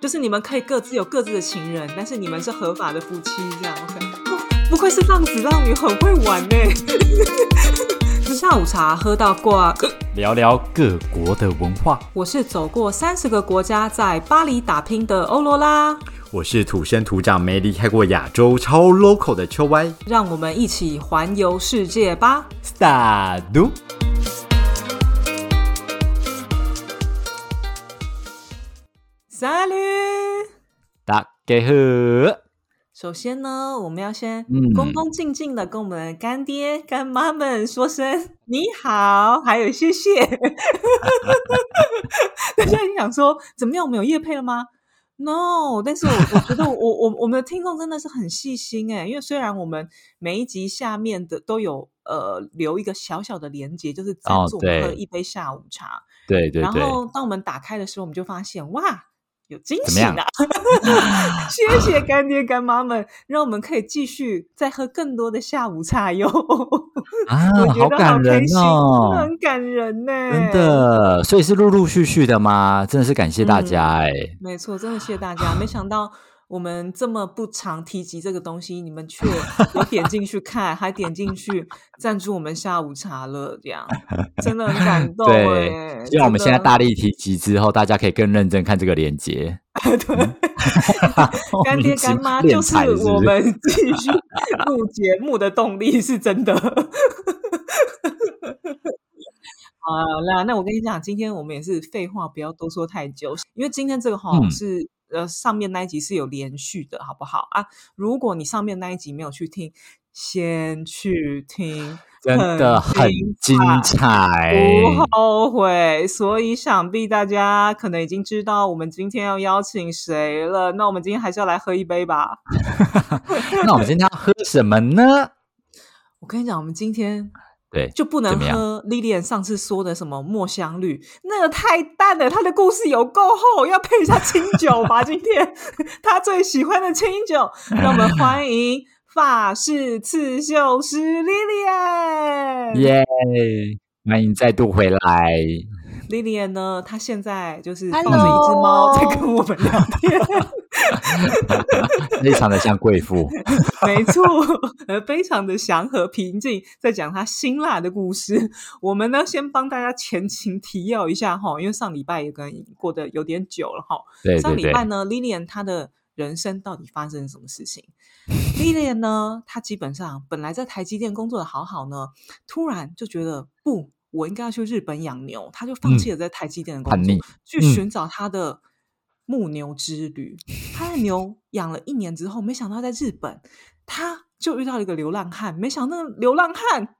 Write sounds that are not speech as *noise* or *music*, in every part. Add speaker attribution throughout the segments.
Speaker 1: 就是你们可以各自有各自的情人，但是你们是合法的夫妻这样。OK，哇不愧是浪子浪女，很会玩呢、 *laughs* 下午茶喝到挂，
Speaker 2: 聊聊各国的文化。
Speaker 1: 我是走过三十个国家，在巴黎打拼的欧罗拉，
Speaker 2: 我是土生土长、没离开过亚洲、超 local 的秋歪
Speaker 1: 让我们一起环游世界吧。
Speaker 2: 萨都。
Speaker 1: Salut！
Speaker 2: 大家好，
Speaker 1: 首先呢，我们要先
Speaker 2: 嗯
Speaker 1: 恭恭敬敬的跟我们的干爹干妈们说声你好，还有谢
Speaker 2: *laughs*
Speaker 1: 谢。 *laughs* 大家你想说怎么样？我们有叶配了吗？No，但是我我觉得我我我们的听众真的是很细心哎、因为虽然我们每一集下面的都有呃留一个小小的连接，就是赞
Speaker 2: 哦
Speaker 1: 助我们喝
Speaker 2: 对
Speaker 1: 一杯下午茶，
Speaker 2: 对对
Speaker 1: 然
Speaker 2: 对，
Speaker 1: 后当我们打开的时候，我们就发现哇，有惊
Speaker 2: 怎么
Speaker 1: 喜
Speaker 2: 样
Speaker 1: 啦！ *laughs* 谢谢干爹干妈们，让我们可以继续再喝更多的下午茶哟。
Speaker 2: 啊
Speaker 1: 我，觉
Speaker 2: 好
Speaker 1: 得
Speaker 2: 感人
Speaker 1: 开心，真的
Speaker 2: 哦，
Speaker 1: 很感人呢、
Speaker 2: 真。的，所以是陆陆续续的吗？真的是感谢大家
Speaker 1: 嗯
Speaker 2: 哎、
Speaker 1: 没错，真的谢谢大家。没想到我们这么不常提及这个东西，你们却
Speaker 2: *laughs*
Speaker 1: 有点进去看，还点进去赞助我们下午茶了，这样真的很感动、
Speaker 2: 对
Speaker 1: 欸。
Speaker 2: 希望我们
Speaker 1: 真
Speaker 2: 现在
Speaker 1: 的
Speaker 2: 大力提及之后，大家可以更认真看这个嗯链
Speaker 1: *laughs*
Speaker 2: 接。对
Speaker 1: 干
Speaker 2: *laughs*
Speaker 1: 爹干妈就是我们继续录节目的动力，是真的。 *laughs* 好啦，那我跟你讲，今天我们也是废话，不要多说太久，因为今天这个哈、
Speaker 2: 嗯
Speaker 1: 是呃上面那一集是有连续的，好不好啊？如果你上面那一集没有去听，先去听，
Speaker 2: 真的很精
Speaker 1: 哎
Speaker 2: 彩，
Speaker 1: 不后悔，所以想必大家可能已经知道我们今天要邀请谁了。那我们今天还是要来喝一杯吧。
Speaker 2: 那我们今天要喝什么呢？
Speaker 1: 我跟你讲，我们今天
Speaker 2: 对，
Speaker 1: 就不能
Speaker 2: 怎么样
Speaker 1: 喝 Lilian 上次说的什么墨香绿，那个太淡了。她的故事有够厚，要配一下清酒
Speaker 2: *laughs*
Speaker 1: 吧。今天她最喜欢的清酒，让我们欢迎法式刺绣师 Lilian。
Speaker 2: 耶！欢迎再度回来，
Speaker 1: Lilian 呢，她现在就是抱
Speaker 3: Hello
Speaker 1: 着一只猫在跟我们聊天，
Speaker 2: 非常的像贵妇。
Speaker 1: 没错， *laughs* 呃，非常的祥和平静，在讲她辛辣的故事。我们呢，先帮大家前情提要一下哈，因为上礼拜也跟过得有点久了哈。
Speaker 2: 对
Speaker 1: 上
Speaker 2: 对
Speaker 1: 礼
Speaker 2: 对，
Speaker 1: 拜呢，Lilian 她的人生到底发生了什么事情？Lilian 呢，她基本上本来在台积电工作的好好呢，突然就觉得不，我应该要去日本养牛，她就放弃了在台积电的工
Speaker 2: 嗯叛
Speaker 1: 作，
Speaker 2: 逆
Speaker 1: 去
Speaker 2: 嗯
Speaker 1: 寻找她的牧牛之旅。她的牛养了一年之后，没想到在日本，她就遇到了一个流浪汉，没想到那个流浪汉。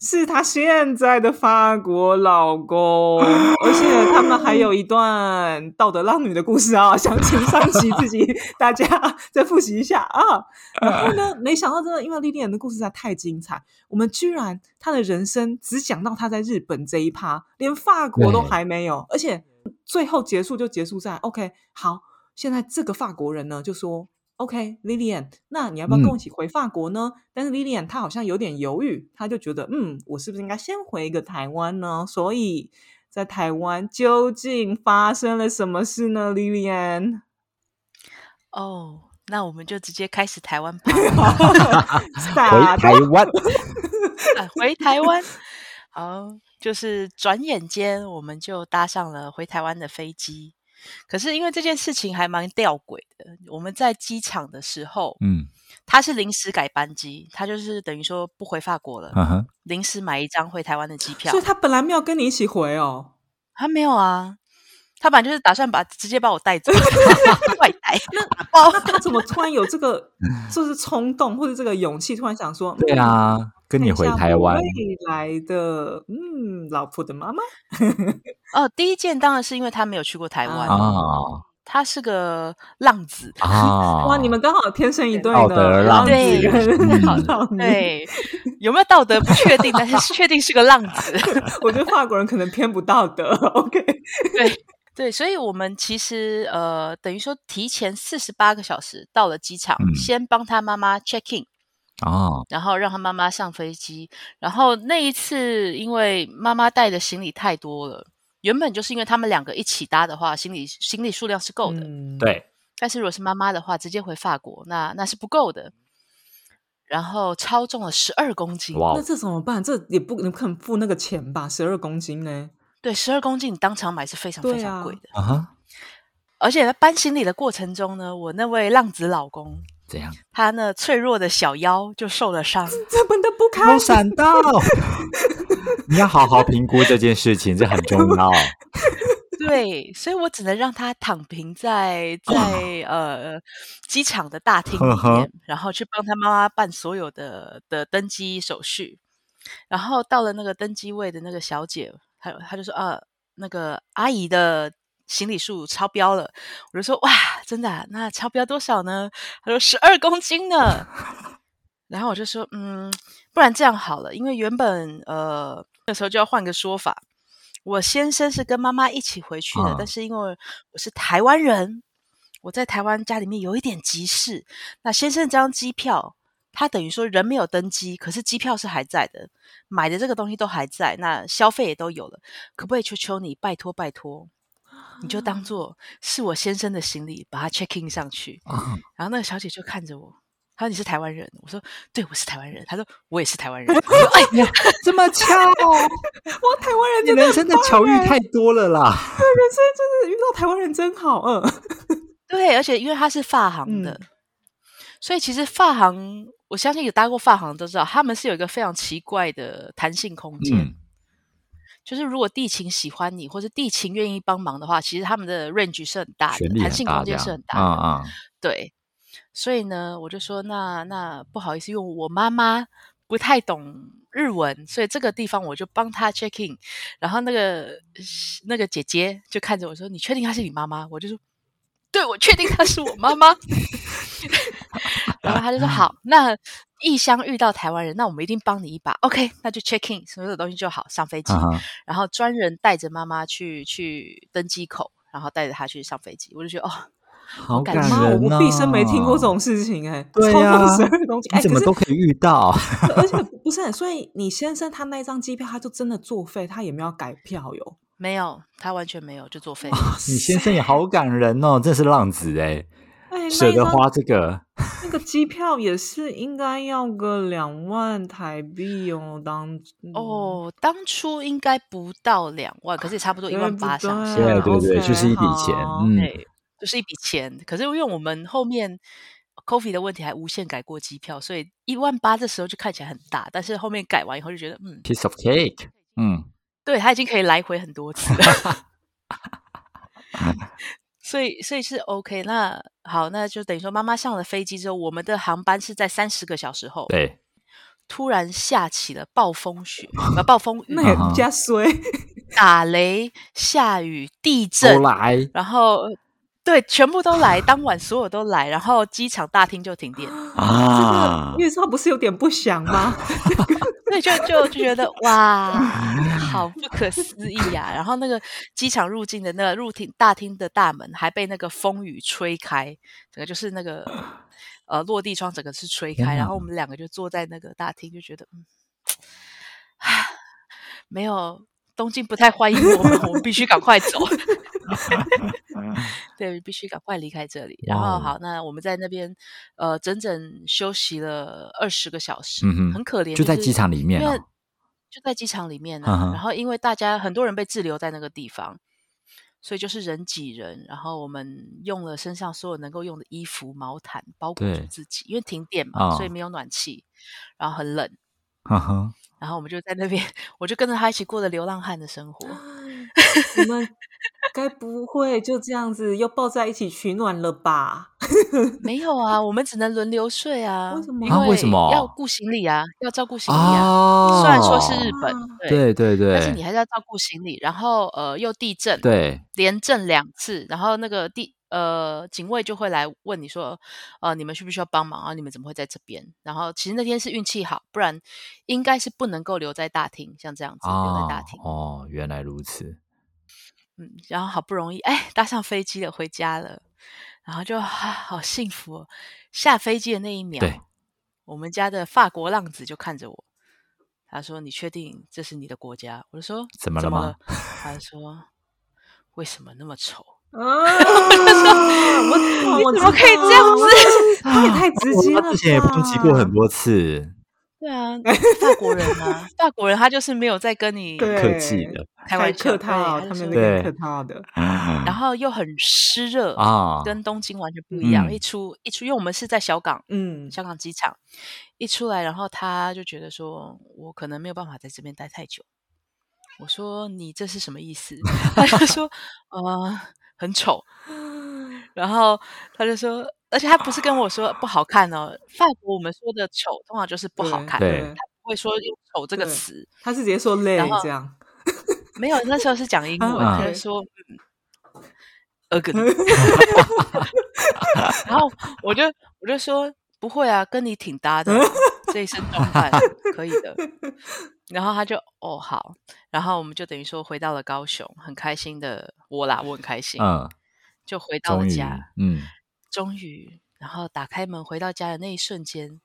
Speaker 1: 是她现在的法国老公，而且他们还有一段道德浪女的故事啊，详情上集自己大家 *laughs* 再复习一下啊。然后呢，没想到真的，因为莉莉安的故事实在太精彩，我们居然她的人生只讲到她在日本这一趴，连法国都
Speaker 2: 对
Speaker 1: 还没有，而且最后结束就结束在 OK 好，现在这个法国人呢就说 OK Lilian，那你要不要跟
Speaker 2: 嗯
Speaker 1: 我一起回法国呢？但是 Lilian 她好像有点犹豫，她就觉得嗯，我是不是应该先回一个台湾呢？所以在台湾究竟发生了什么事呢？Lilian
Speaker 3: 哦，那我们就直接开始台湾跑吧，
Speaker 1: 傻
Speaker 2: 回台湾，
Speaker 3: 啊回台湾。好，就是转眼间我们就搭上了回台湾的飞机。可是因为这件事情还蛮吊诡的，我们在机场的时候，
Speaker 2: 嗯，
Speaker 3: 他是临时改班机，他就是等于说不回法国了，
Speaker 2: 嗯哼，
Speaker 3: 临时买一张回台湾的机票
Speaker 1: 所以。他本来没有跟你一起回哦。
Speaker 3: 他没有啊，他本来就是打算把直接把我
Speaker 1: *laughs*
Speaker 3: 带走，外带打包。
Speaker 1: 那他怎么突然有这个就是冲动或者这个勇气，突然想说，
Speaker 2: 对啊，跟
Speaker 1: 嗯，
Speaker 2: 你
Speaker 1: 看一
Speaker 2: 回
Speaker 1: 下
Speaker 2: 台
Speaker 1: 我
Speaker 2: 湾，
Speaker 1: 未来的嗯，老婆的妈妈
Speaker 3: 哦，第一件当然是因为他没有去过台湾，
Speaker 1: 啊
Speaker 3: 他是个浪子，
Speaker 2: 啊！
Speaker 1: 哇，你们刚好天生一对
Speaker 2: 道
Speaker 1: 呢，
Speaker 2: 德
Speaker 1: 浪
Speaker 2: 浪
Speaker 1: 子
Speaker 3: 子
Speaker 1: 跟
Speaker 2: 嗯
Speaker 1: 浪女，
Speaker 3: 对， *laughs* 有没有道德不确定，但是确定是个浪子。 *laughs*
Speaker 1: 我觉得法国人可能偏不道德。OK，
Speaker 3: 对，所以我们其实呃，等于说提前四十八个小时到了机场，
Speaker 2: 嗯
Speaker 3: 先帮他妈妈 check in，
Speaker 2: 啊，
Speaker 3: 然后让他妈妈上飞机。然后那一次，因为妈妈带的行李太多了，原本就是因为他们两个一起搭的话，行李行李数量是够的。
Speaker 1: 嗯，
Speaker 2: 对，
Speaker 3: 但是如果是妈妈的话，直接回法国，那那是不够的。然后超重了十二公斤，
Speaker 2: 哇
Speaker 1: 那
Speaker 2: 哦，
Speaker 1: 这怎么办？这也不你不肯付那个钱吧？十二公斤呢？
Speaker 3: 对，十二公斤你当场买是非常非
Speaker 1: 对
Speaker 3: 常
Speaker 1: 啊
Speaker 3: 贵的。
Speaker 2: 啊哈，
Speaker 3: 而且在搬行李的过程中呢，我那位浪子老公，
Speaker 2: 怎样？
Speaker 3: 他那脆弱的小腰就受了伤。
Speaker 1: 这本的不开
Speaker 2: 有，闪到，你要好好评估这件事情，这很重要。
Speaker 3: *laughs* 对，所以我只能让他躺平在在呃机场的大厅
Speaker 2: 呵
Speaker 3: 里
Speaker 2: 呵
Speaker 3: 面，然后去帮他妈妈办所有的的登机手续。然后到了那个登机位的那个小姐，她她就说啊，那个阿姨的行李数超标了。我就说哇，真的啊、那超标多少呢？她说十二公斤呢。然后我就说嗯，不然这样好了，因为原本呃那时候就要换个说法。我先生是跟妈妈一起回去的，
Speaker 2: 啊
Speaker 3: 但是因为我是台湾人，我在台湾家里面有一点急事。那先生这张机票，他等于说人没有登机，可是机票是还在的，买的这个东西都还在，那消费也都有了，可不可以求求你，拜托拜托，你就当做是我先生的行李，把它 check in 上去。
Speaker 2: 啊
Speaker 3: 然后那个小姐就看着我，她说你是台湾人，我说对，我是台湾人。她说我也是台湾人。我说哎，
Speaker 2: 这么巧，
Speaker 1: 哇，台湾人
Speaker 2: 你
Speaker 1: 真的
Speaker 2: 人生的巧遇太多了啦！
Speaker 1: 人生真的遇到台湾人真好，嗯，
Speaker 3: 对，而且因为他是发行的，所以其实发行，我相信有搭过发行的都知道，他们是有一个非常奇怪的弹性空间。
Speaker 2: 嗯，
Speaker 3: 就是如果地勤喜欢你，或是地勤愿意帮忙的话，其实他们的 range 是很大的
Speaker 2: 权，力
Speaker 3: 弹
Speaker 2: 很
Speaker 3: 性
Speaker 2: 大，
Speaker 3: 空
Speaker 2: 这
Speaker 3: 间是
Speaker 2: 样
Speaker 3: 很大的。
Speaker 2: 啊啊，
Speaker 3: 对，所以呢，我就说那那不好意思，因为我妈妈不太懂日文，所以这个地方我就帮她 check in。然后那个那个姐姐就看着我说：“你确定她是你妈妈？”我就说：“对，我确定她是我妈 *laughs* 妈。”然后她就说：“好，
Speaker 2: *laughs*
Speaker 3: 那异乡遇到台湾人，那我们一定帮你一把。OK，那就 check in，所有的东西就好，上飞机。
Speaker 2: 啊哈
Speaker 3: 然后专人带着妈妈去去登机口，然后带着她去上飞机。我就觉得哦，
Speaker 2: 好
Speaker 3: 感
Speaker 2: 感
Speaker 3: 人
Speaker 1: 妈，
Speaker 2: 人
Speaker 1: 啊我
Speaker 2: 哦
Speaker 1: 毕生没听过这种事情哎、
Speaker 2: 对
Speaker 1: 超
Speaker 2: 呀
Speaker 1: 过十二公斤，哎、
Speaker 2: 你怎么
Speaker 1: 可是
Speaker 2: 都可以遇到？啊 *laughs*
Speaker 1: *laughs* 而且不是，所以你先生他那一张机票，他就真的作废，他也没有改票哟。
Speaker 3: 没有，他完全没有，就作废。
Speaker 2: 你先生也好感人哦，真是浪子哎， *laughs*
Speaker 1: 哎，那
Speaker 2: 舍
Speaker 1: 一
Speaker 2: 得
Speaker 1: 张
Speaker 2: 花这个。
Speaker 1: 那个机票也是应该要个两万台币哦，当，
Speaker 3: 哦，当初应该不到两万，可是也差不多一
Speaker 1: 对
Speaker 3: 万
Speaker 1: 不
Speaker 3: 八上
Speaker 1: 对
Speaker 3: 下。
Speaker 2: 对对对，
Speaker 1: OK，
Speaker 2: 就是一笔嗯钱
Speaker 1: 好，
Speaker 2: 嗯，
Speaker 3: 对，就是一笔钱。可是因为我们后面 coffee 的问题还无限改过机票，所以一万八这时候就看起来很大，但是后面改完以后就觉得，嗯，
Speaker 2: piece of cake，嗯，
Speaker 3: 对他已经可以来回很多次了。 *laughs* 所以，所以是 OK 那。好，那就等于说，妈妈上了飞机之后，我们的航班是在三十个小时后，
Speaker 2: 对，
Speaker 3: 突然下起了暴风雪，呃，暴风雨
Speaker 1: 嗯那、也
Speaker 2: 啊哈
Speaker 1: 加衰，
Speaker 3: 打雷、下雨、地震
Speaker 2: 都，来
Speaker 3: 然后呃对，全部都来，当晚所有都来，然后机场大厅就停电，
Speaker 1: *laughs*
Speaker 2: 啊
Speaker 1: 因！为他不是有点不祥吗？
Speaker 3: *laughs* 所以就就就觉得哇，好不可思议呀、然后那个机场入境的那个入厅大厅的大门还被那个风雨吹开，整个就是那个呃落地窗整个是吹
Speaker 2: 天
Speaker 3: 开，然
Speaker 2: 哪
Speaker 3: 后我们两个就坐在那个大厅，就觉得嗯，唉没有东京不太欢迎我们，我们必须赶快走。 *laughs* 对，必须赶快离开这里。然
Speaker 2: 哇
Speaker 3: 后
Speaker 2: 哦
Speaker 3: 好，那我们在那边呃整整休息了二十个小时，
Speaker 2: 嗯哼
Speaker 3: 很可怜，
Speaker 2: 就在
Speaker 3: 是
Speaker 2: 机场里面
Speaker 3: 因
Speaker 2: 哦
Speaker 3: 为就在机场里面、
Speaker 2: 嗯
Speaker 3: 啊
Speaker 2: 哼
Speaker 3: 然后因为大家很多人被滞留在那个地方，所以就是人挤人。然后我们用了身上所有能够用的衣服、毛毯包裹住
Speaker 2: 对
Speaker 3: 自己，因为停电嘛，所以
Speaker 2: 哦
Speaker 3: 没有暖气，然后很冷。
Speaker 2: 哈哈，
Speaker 3: 然后我们就在那边，我就跟着他一起过了流浪汉的生
Speaker 2: *laughs*
Speaker 3: 活。
Speaker 1: 你们该不会就这样子又抱在一起取暖了吧？
Speaker 3: 没有啊，我们只能轮流睡啊。
Speaker 1: 为什么
Speaker 3: 因
Speaker 2: 啊为什么
Speaker 3: 要顾行李啊，要照顾行李啊。
Speaker 2: 哦，
Speaker 3: 虽然说是日本，对，
Speaker 2: 对对对，
Speaker 3: 但是你还是要照顾行李。然后呃，又地震，，
Speaker 2: 对
Speaker 3: 连震两次，然后那个地呃警卫就会来问你说，呃，你们需不需要帮忙啊？你们怎么会在这边？然后其实那天是运气好，不然应该是不能够留在大厅，像这样子、留在
Speaker 2: 啊
Speaker 3: 大厅。
Speaker 2: 哦，原来如此，
Speaker 3: 嗯，然后好不容易哎搭上飞机了，回家了，然后就啊好幸福、哦。下飞机的那一秒
Speaker 2: 对，
Speaker 3: 我们家的法国浪子就看着我，他说：“你确定这是你的国家？”我就说：“
Speaker 2: 怎么
Speaker 3: 怎
Speaker 2: 了
Speaker 3: 么
Speaker 2: 吗
Speaker 3: 了？”他就说：“为什么那么丑？ *laughs*
Speaker 1: 啊！我
Speaker 3: 你怎么可以这样
Speaker 1: 子？他也太直接了吧。
Speaker 2: 他之前也抨击过很多次，
Speaker 1: *laughs*
Speaker 3: 对啊，法国人啊， *laughs* 法国人他就是没有在跟你
Speaker 1: 对
Speaker 2: 客气的
Speaker 3: 开
Speaker 1: 太
Speaker 3: 玩笑，
Speaker 1: 客套，啊
Speaker 3: 对
Speaker 1: 他们那
Speaker 3: 就是
Speaker 1: 个
Speaker 2: 对
Speaker 1: 客套的，
Speaker 3: 然后又很湿热，
Speaker 2: *laughs* 啊，
Speaker 3: 跟东京完全不一样。
Speaker 2: 嗯
Speaker 3: 一出一出，因为我们是在小港，
Speaker 1: 嗯，
Speaker 3: 香港机场一出来，然后他就觉得说，我可能没有办法在这边待太久。我说你这是什么意思？ *laughs* 他就说，呃，很
Speaker 1: *laughs*
Speaker 3: 丑。然后他就说，而且他不是跟我说不好看哦，法国我们说的丑通常就是不好看，
Speaker 2: 对
Speaker 1: 对
Speaker 3: 不会说有丑这个
Speaker 1: 对
Speaker 3: 词。
Speaker 1: 他是直接说累
Speaker 3: 然后
Speaker 1: 这样，
Speaker 3: 没有，那时候是讲英文，
Speaker 1: 啊
Speaker 3: 他就
Speaker 1: ，OK
Speaker 3: 说嗯，ugly，然后我就我就说不会啊，跟你挺搭的，这一身装扮可以的。然后他就哦好，然后我们就等于说回到了高雄，很开心的我啦，我很开心，
Speaker 2: 嗯，
Speaker 3: 就回到
Speaker 2: 终
Speaker 3: 了
Speaker 2: 于
Speaker 3: 家。，
Speaker 2: 嗯， *laughs*
Speaker 3: 终于，然后打开门回到家的那一瞬间，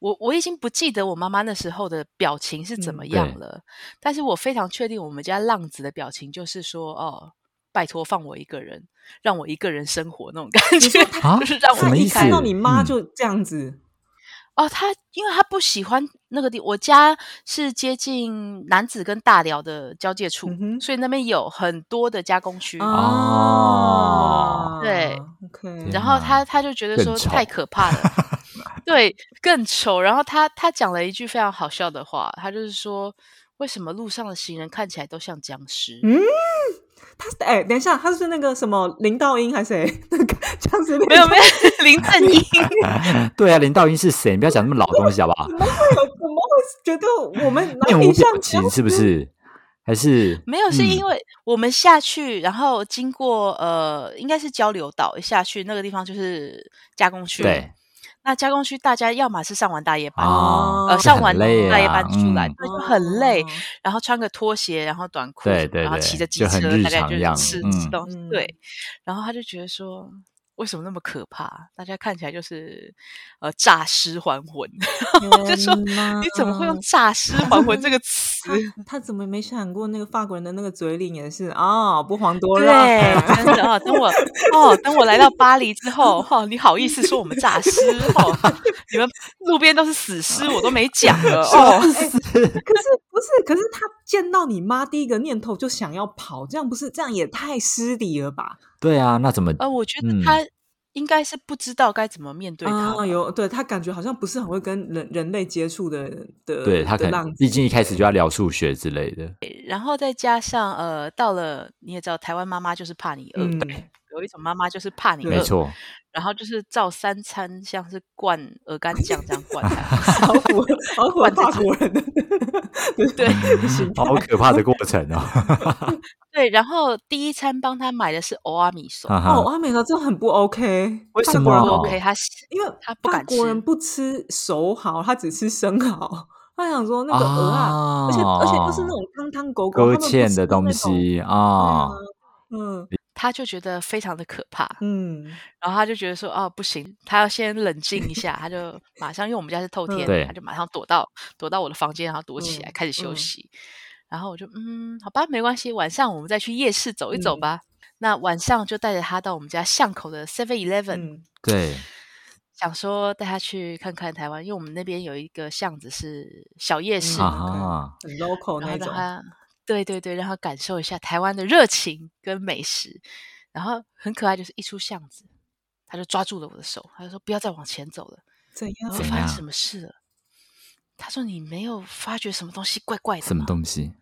Speaker 3: 我我已经不记得我妈妈那时候的表情是怎么
Speaker 1: 嗯
Speaker 3: 样
Speaker 2: 对
Speaker 3: 了，但是我非常确定我们家浪子的表情就是说，哦，拜托放我一个人，让我一个人生活那种感
Speaker 1: 你说
Speaker 3: 觉，
Speaker 2: 啊
Speaker 3: 就是让
Speaker 2: 什
Speaker 3: 我
Speaker 2: 么
Speaker 1: 他
Speaker 2: 意
Speaker 1: 一
Speaker 2: 思
Speaker 1: 看到你妈
Speaker 2: 嗯
Speaker 1: 就这样子，
Speaker 3: 哦，他因为他不喜欢那个地，我家是接近南子跟大寮的交界处，
Speaker 1: 嗯哼
Speaker 3: 所以那边有很多的加工区。
Speaker 2: 哦
Speaker 1: 啊，
Speaker 3: 嗯对
Speaker 1: ，OK，
Speaker 3: 然后
Speaker 2: 天
Speaker 3: 他
Speaker 2: 哪
Speaker 3: 他就觉得
Speaker 2: 嗯更
Speaker 3: 说
Speaker 2: 丑
Speaker 3: 太可
Speaker 2: *laughs*
Speaker 3: 怕了，对，更丑。然后他他讲了一句非常好笑的话，他就是说，为什么路上的行人看起来都像僵尸？
Speaker 1: 嗯他哎、等一下，他是那个什么林道英还是谁？ *laughs* 那个这样子
Speaker 3: 没有
Speaker 2: *laughs*
Speaker 3: 没有，林正英，
Speaker 2: 对啊，林道英是谁？你不要讲那么老东西好不好？
Speaker 1: 有，怎么会觉得
Speaker 2: *laughs*
Speaker 1: 我们哪
Speaker 2: 面
Speaker 1: 里
Speaker 2: 无表
Speaker 1: 像
Speaker 2: 情是不是？还是嗯
Speaker 3: 没有，是因
Speaker 2: 为
Speaker 3: 为我们下去，然后经过呃，应该是交流岛一下去，那个地方就是加工区。
Speaker 2: 对，
Speaker 3: 那加工区大家要么是上完大夜班，
Speaker 2: 啊，
Speaker 1: 呃
Speaker 3: 呃，
Speaker 2: 就
Speaker 3: 上
Speaker 2: 很
Speaker 3: 完
Speaker 2: 累
Speaker 3: 大夜
Speaker 2: 啊
Speaker 3: 班出来，
Speaker 2: 嗯
Speaker 3: 对，就很累，
Speaker 1: 哦
Speaker 3: 然后穿个拖鞋，然后短裤什么，
Speaker 2: 对对
Speaker 3: 然后
Speaker 2: 对
Speaker 3: 骑着机
Speaker 2: 就很
Speaker 3: 车，
Speaker 2: 日
Speaker 3: 大概
Speaker 2: 常
Speaker 3: 就是
Speaker 2: 样
Speaker 3: 吃、
Speaker 2: 嗯
Speaker 3: 吃东西，
Speaker 1: 嗯
Speaker 3: 对。然后他就觉得说，为什么那么可怕？大家看起来就是呃诈尸还魂，然 *laughs* 后就说
Speaker 1: 天哪
Speaker 3: 你怎么会用诈尸还魂这个 *laughs* 词？
Speaker 1: 他他怎么没想过那个法国人的那个嘴脸也是啊、不遑多让。
Speaker 3: 对，真的哦，等 *laughs* 我哦，等我来到巴黎之后，哈、你好意思说我们诈尸？哦，你们路边都是死尸，我都没讲 *laughs* 了哦。
Speaker 1: 可是不是？可是他见到你妈第一个念头就想要跑，这样不是？这样也太失礼了吧？
Speaker 2: 对啊，那怎么
Speaker 3: 呃，我觉得哦
Speaker 2: 嗯
Speaker 3: 他应该是不知道该怎么面对他吧。
Speaker 1: 啊，有对他感觉好像不是很会跟人人类接触的的，
Speaker 2: 对他可
Speaker 1: 的
Speaker 2: 能
Speaker 1: 浪子 *laughs*
Speaker 2: 毕竟一开始就要聊数学之类的，
Speaker 3: 然后再加上呃，到了你也知道，台湾妈妈就是怕你饿， *laughs*
Speaker 1: 嗯，
Speaker 3: 有一种妈妈就是怕你
Speaker 1: 对
Speaker 3: 饿，
Speaker 2: 没错，
Speaker 3: 然后就是照三餐像是灌鹅肝酱这样灌
Speaker 2: *laughs*
Speaker 3: 他。
Speaker 1: 好符合好符合
Speaker 3: 管自
Speaker 1: 法
Speaker 3: 己
Speaker 1: 国人的
Speaker 3: 对 *laughs*
Speaker 1: 形态
Speaker 2: 好可怕的过程哦，
Speaker 3: 对，然后第一餐帮他买的是欧阿米索，
Speaker 2: 哈
Speaker 1: 哦，
Speaker 2: 哈，
Speaker 1: 阿美的这很不 OK，
Speaker 2: 为
Speaker 1: 法
Speaker 2: 什
Speaker 1: 国人
Speaker 2: 么
Speaker 1: 不
Speaker 3: 不
Speaker 1: OK，
Speaker 3: OK，他
Speaker 1: 因为
Speaker 3: 他不
Speaker 1: 法
Speaker 3: 敢
Speaker 1: 国人
Speaker 3: 吃
Speaker 1: 不吃熟蚝，他只吃生蚝。他想说那个鹅啊，而且而且又是那种汤汤狗狗
Speaker 2: 勾
Speaker 1: 他们不吃
Speaker 2: 芡哦的东
Speaker 1: 那种
Speaker 2: 西啊，
Speaker 1: 嗯
Speaker 3: 他就觉得非常的可怕，
Speaker 1: 嗯，
Speaker 3: 然后他就觉得说，哦，不行，他要先冷静一下，他
Speaker 1: *laughs*
Speaker 3: 就马上，因为我们家是透
Speaker 1: 嗯
Speaker 3: 天，
Speaker 2: 对
Speaker 3: 他就马上躲到躲到我的房间，然后躲起来、
Speaker 1: 嗯
Speaker 3: 开始休
Speaker 1: 嗯
Speaker 3: 息。然后我就，嗯，好吧，没关系，晚上我们再去夜市走一走
Speaker 1: 嗯
Speaker 3: 吧。那晚上就带着他到我们家巷口的 Seven Eleven，、
Speaker 1: 嗯
Speaker 2: 对，
Speaker 3: 想说带他去看看台湾，因为我们那边有一个巷子是小夜市，
Speaker 1: 嗯
Speaker 2: 啊
Speaker 1: OK，
Speaker 2: 哈，
Speaker 1: 很 local
Speaker 3: 然
Speaker 1: 那
Speaker 3: 后让
Speaker 1: 种，
Speaker 3: 他，对对对，让他感受一下台湾的热情跟美食。然后很可爱，就是一出巷子，他就抓住了我的手，他就说不要再往前走了。
Speaker 1: 怎
Speaker 3: 然
Speaker 1: 样
Speaker 3: 后
Speaker 2: 怎
Speaker 3: 发现
Speaker 2: 样
Speaker 3: 什么事了？他说你没有发觉什么东西怪怪的
Speaker 2: 什么
Speaker 3: 吗
Speaker 2: 东西？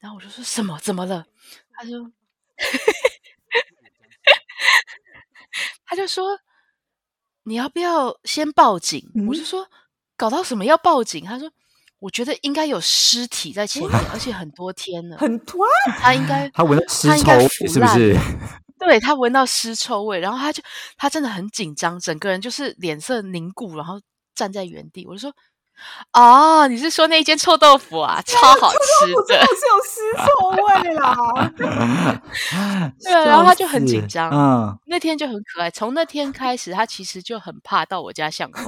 Speaker 3: 然后我就说什么怎么了？他就 *laughs* 他就说你要不要先报警？我就
Speaker 1: 嗯
Speaker 3: 说搞到什么要报警？他说我觉得应该有尸体在前面，而且很多天了，
Speaker 1: *laughs* 很突然，
Speaker 3: 他应该
Speaker 2: 他闻到尸
Speaker 3: 他应
Speaker 2: 臭
Speaker 3: 该
Speaker 2: 味
Speaker 3: 腐
Speaker 2: 是不
Speaker 3: 烂
Speaker 2: 是？
Speaker 3: *laughs* 对他闻到尸臭味，然后他就他真的很紧张，整个人就是脸色凝固，然后站在原地。我就说：“哦，你是说那一间臭豆腐 *laughs* 啊，超好吃
Speaker 1: 我真的
Speaker 3: 的
Speaker 1: 是有尸臭味啦， *laughs*
Speaker 3: 对啊然后他就
Speaker 2: 笑
Speaker 3: 很紧
Speaker 2: 死
Speaker 3: 张
Speaker 2: 嗯，？”
Speaker 3: 那天就很可爱。从那天开始，他其实就很怕到我家巷口。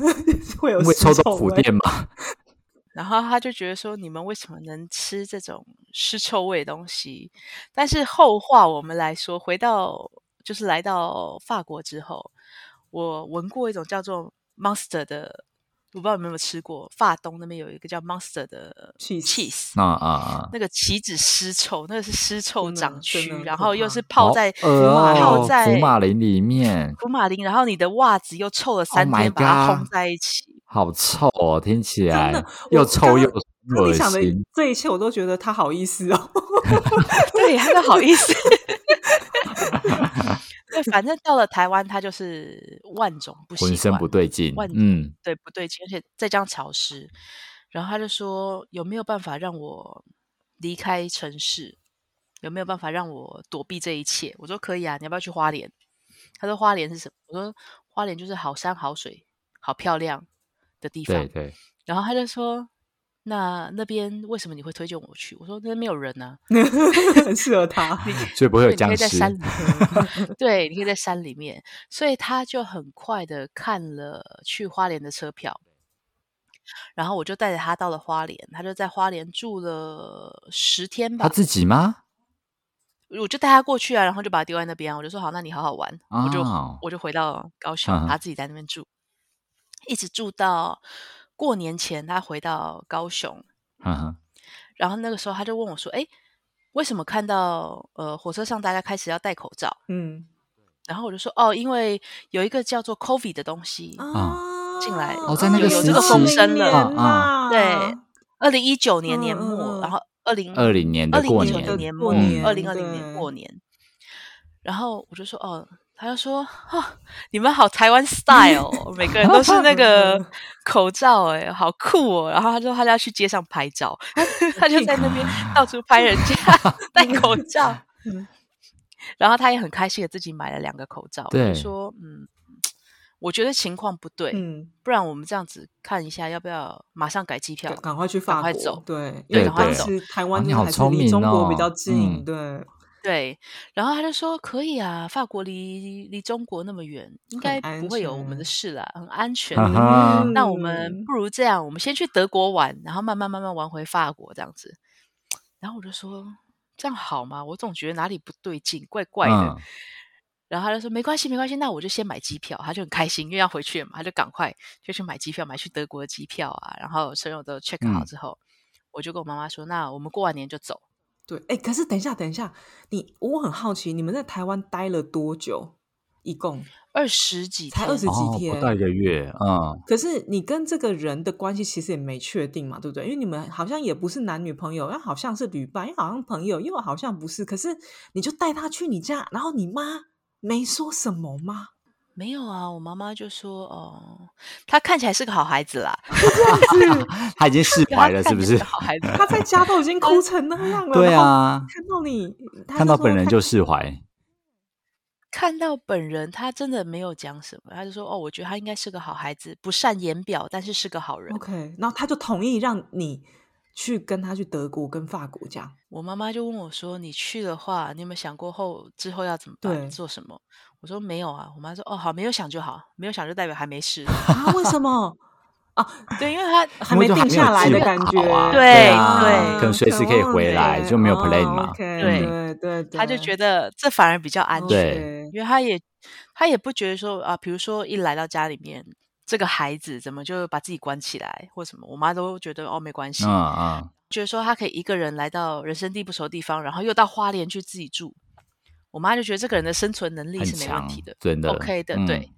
Speaker 1: 会有
Speaker 2: 因为
Speaker 1: 尸
Speaker 2: 臭
Speaker 1: 臭
Speaker 2: 豆腐
Speaker 1: 味。
Speaker 2: 店嘛，
Speaker 3: 然后他就觉得说，你们为什么能吃这种尸臭味的东西？但是后话我们来说，回到就是来到法国之后，我闻过一种叫做 Monster 的，我不知道你们有没有吃过，法东那边有一个叫 Monster 的
Speaker 1: Cheese
Speaker 3: cheese
Speaker 2: 那啊啊，
Speaker 3: 那个岂止尸臭，那个是尸臭
Speaker 1: 真的
Speaker 3: 长
Speaker 1: 真
Speaker 3: 蛆
Speaker 1: 的，
Speaker 3: 然
Speaker 1: 可
Speaker 3: 后又
Speaker 1: 怕
Speaker 3: 是泡在
Speaker 2: 好恶
Speaker 1: 马
Speaker 2: 哦
Speaker 3: 泡在
Speaker 2: 福马林里面，
Speaker 3: 福马林，然后你的袜子又臭了三
Speaker 2: my
Speaker 3: 天，把它
Speaker 2: God
Speaker 3: 烘在一起。
Speaker 2: 好臭哦，听起
Speaker 1: 真
Speaker 2: 来
Speaker 1: 的我
Speaker 2: 又臭
Speaker 1: 刚
Speaker 2: 又
Speaker 1: 跟
Speaker 2: 恶
Speaker 1: 你想的
Speaker 2: 心。
Speaker 1: 这一切，我都觉得他好意思哦。 *laughs*
Speaker 3: 对，他都好
Speaker 2: *laughs*
Speaker 3: 意思。对，反正到了台湾，它就是万种不习惯，
Speaker 2: 浑身不对劲
Speaker 3: 万。
Speaker 2: 嗯，
Speaker 3: 对不对劲，而且再这样潮湿。然后他就说，有没有办法让我离开城市？有没有办法让我躲避这一切？我说可以啊，你要不要去花莲？他说花莲是什么？我说花莲就是好山好水、好漂亮的地
Speaker 2: 对
Speaker 3: 方。
Speaker 2: 对，
Speaker 3: 然后他就说，那那边为什么你会推荐我去？我说那边没有人啊。 *laughs*
Speaker 1: 很适合他。
Speaker 2: 所以不会有
Speaker 3: 对你可
Speaker 2: 僵
Speaker 3: 以在
Speaker 2: 尸。
Speaker 3: 山里
Speaker 2: *laughs*
Speaker 3: 面， *laughs* 对，你可以在山里面，所以他就很快的看了去花莲的车票，然后我就带着他到了花莲，他就在花莲住了十天
Speaker 2: 他
Speaker 3: 吧，
Speaker 2: 自己吗？
Speaker 3: 我就带他过去啊，然后就把他丢在那边啊，我就说好，那你好好玩，我就
Speaker 2: 哦
Speaker 3: 我就回到高雄，
Speaker 2: 嗯哼
Speaker 3: 他自己在那边住，一直住到过年前，他回到高雄，
Speaker 2: 嗯哼，
Speaker 3: 然后那个时候他就问我说，哎，为什么看到呃火车上大家开始要戴口罩？
Speaker 1: 嗯
Speaker 3: 然后我就说哦，因为有一个叫做 COVID 的东西，
Speaker 1: 啊
Speaker 3: 进来
Speaker 2: 哦在那个
Speaker 1: 有
Speaker 2: 时
Speaker 1: 这个风
Speaker 2: 期
Speaker 1: 声了
Speaker 2: 啊啊
Speaker 3: 对二零一九年年
Speaker 1: 嗯嗯
Speaker 3: 末，
Speaker 1: 嗯
Speaker 3: 然后二零
Speaker 2: 二零年
Speaker 3: 二
Speaker 2: 的
Speaker 3: 零
Speaker 2: 过
Speaker 3: 一九
Speaker 2: 年
Speaker 1: 的
Speaker 3: 年年
Speaker 1: 过
Speaker 3: 末，
Speaker 1: 年
Speaker 3: 二零二零年过年，然后我就说哦，他就说哦，你们好台湾 style，哦每个人都是
Speaker 1: *laughs*
Speaker 3: 那个口罩、哎，好酷哦。然后他说他就要去街上拍照，
Speaker 1: 哦
Speaker 3: *laughs* 他就在那边到处拍人家戴口罩
Speaker 1: 嗯，
Speaker 3: 然后他也很开心的自己买了两个口罩，我
Speaker 2: 对
Speaker 3: 就说嗯，我觉得情况不对，
Speaker 1: 嗯，
Speaker 3: 不然我们这样子看一下，要不要马上改机票
Speaker 1: 赶？赶快去法
Speaker 3: 赶快
Speaker 1: 国
Speaker 3: 走，
Speaker 1: 对，因为
Speaker 2: 对
Speaker 1: 当
Speaker 2: 对
Speaker 1: 时台
Speaker 2: 啊
Speaker 1: 湾就
Speaker 2: 你
Speaker 1: 是
Speaker 2: 好
Speaker 1: 还是
Speaker 2: 聪
Speaker 1: 离
Speaker 2: 明
Speaker 1: 中国比
Speaker 2: 哦
Speaker 1: 较近，
Speaker 2: 嗯
Speaker 1: 对，
Speaker 3: 对，然后他就说可以啊，法国离离中国那么远，应
Speaker 1: 很
Speaker 3: 该
Speaker 1: 安
Speaker 3: 不会有我们
Speaker 1: 全
Speaker 3: 的事啦，很安全
Speaker 2: 啊哈
Speaker 3: 的。
Speaker 2: 哈
Speaker 3: 那我们
Speaker 1: 嗯
Speaker 3: 不如这样，我们先去德国玩，然后慢慢慢慢玩回法国这样子。然后我就说这样好吗？我总觉得哪里不对劲，怪怪的。
Speaker 2: 嗯，
Speaker 3: 然后他就说没关系，没关系，那我就先买机票。他就很开心，因为要回去了嘛，他就赶快就去买机票，买去德国的机票啊。然后所有都 check
Speaker 2: 嗯
Speaker 3: 好之后，我就跟我妈妈说，那我们过完年就走。
Speaker 1: 对。哎，可是等一下，等一下，你我很好奇，你们在台湾待了多久？一共
Speaker 3: 二十几
Speaker 1: 才
Speaker 3: 天，
Speaker 1: 20这几
Speaker 2: 哦，不
Speaker 1: 天
Speaker 2: 到一个月，嗯， *laughs*
Speaker 1: 可是你跟这个人的关系其实也没确定嘛，对不对？因为你们好像也不是男女朋友，又好像是旅伴，又好像朋友，又好像不是。可是你就带他去你家，然后你妈没说什么吗？
Speaker 3: 没有啊，我妈妈就说哦，她看起来是个好孩子
Speaker 2: *laughs*
Speaker 3: 啦，
Speaker 2: 他
Speaker 3: *laughs*
Speaker 2: 已经释
Speaker 3: 对
Speaker 2: 怀
Speaker 3: 她
Speaker 2: 了，是
Speaker 3: 看
Speaker 2: 不
Speaker 3: 起来
Speaker 2: 是
Speaker 3: 个？好孩子。
Speaker 2: *laughs*
Speaker 1: 他在家都已经哭成那样了，
Speaker 2: 对
Speaker 1: 然后
Speaker 2: 啊，
Speaker 1: 看到你，他
Speaker 2: 看
Speaker 1: 就
Speaker 2: 到
Speaker 1: 说
Speaker 2: 本人
Speaker 1: 他
Speaker 2: 就释怀，
Speaker 3: 看到本人，她真的没有讲什么，她就说哦，我觉得他应该是个好孩子，不善言表，但是是个好人。
Speaker 1: OK，然后他就同意让你去跟他去德国跟法国这样。 *laughs*
Speaker 3: 我妈妈就问我说：“你去的话，你有没有想过后之后要怎么办，
Speaker 1: 对
Speaker 3: 做什么？”我说：“没有啊。”我妈说：“哦，好，没有想就好，没有想就代表还没事。
Speaker 1: 啊？为什么？啊，”
Speaker 3: 对，因为她
Speaker 1: 还
Speaker 2: 因
Speaker 1: 没
Speaker 2: 为就还
Speaker 1: 定
Speaker 2: 没有
Speaker 1: 下来
Speaker 2: 计
Speaker 1: 的
Speaker 2: 划
Speaker 1: 感觉
Speaker 2: 好啊，，
Speaker 3: 对
Speaker 2: 啊，
Speaker 3: 对
Speaker 2: 可能随时可以回来，就没有 plan
Speaker 1: 哦
Speaker 2: 嘛，
Speaker 1: ，OK，
Speaker 2: 嗯，
Speaker 1: 对对对，
Speaker 3: 她就觉得这反而比较
Speaker 1: 嗯
Speaker 3: 安全，
Speaker 2: 对
Speaker 1: OK
Speaker 3: 因为她也她也不觉得说啊，比如说一来到家里面，这个孩子怎么就把自己关起来或什么，我妈都觉得哦没关系，
Speaker 2: 嗯嗯，
Speaker 3: 觉得说她可以一个人来到人生地不熟的地方，然后又到花莲去自己住。我妈就觉得这个人的生存能力
Speaker 2: 很
Speaker 3: 是没问
Speaker 2: 强
Speaker 3: 题的，
Speaker 2: 真的
Speaker 3: OK 的，
Speaker 2: 嗯
Speaker 3: 对，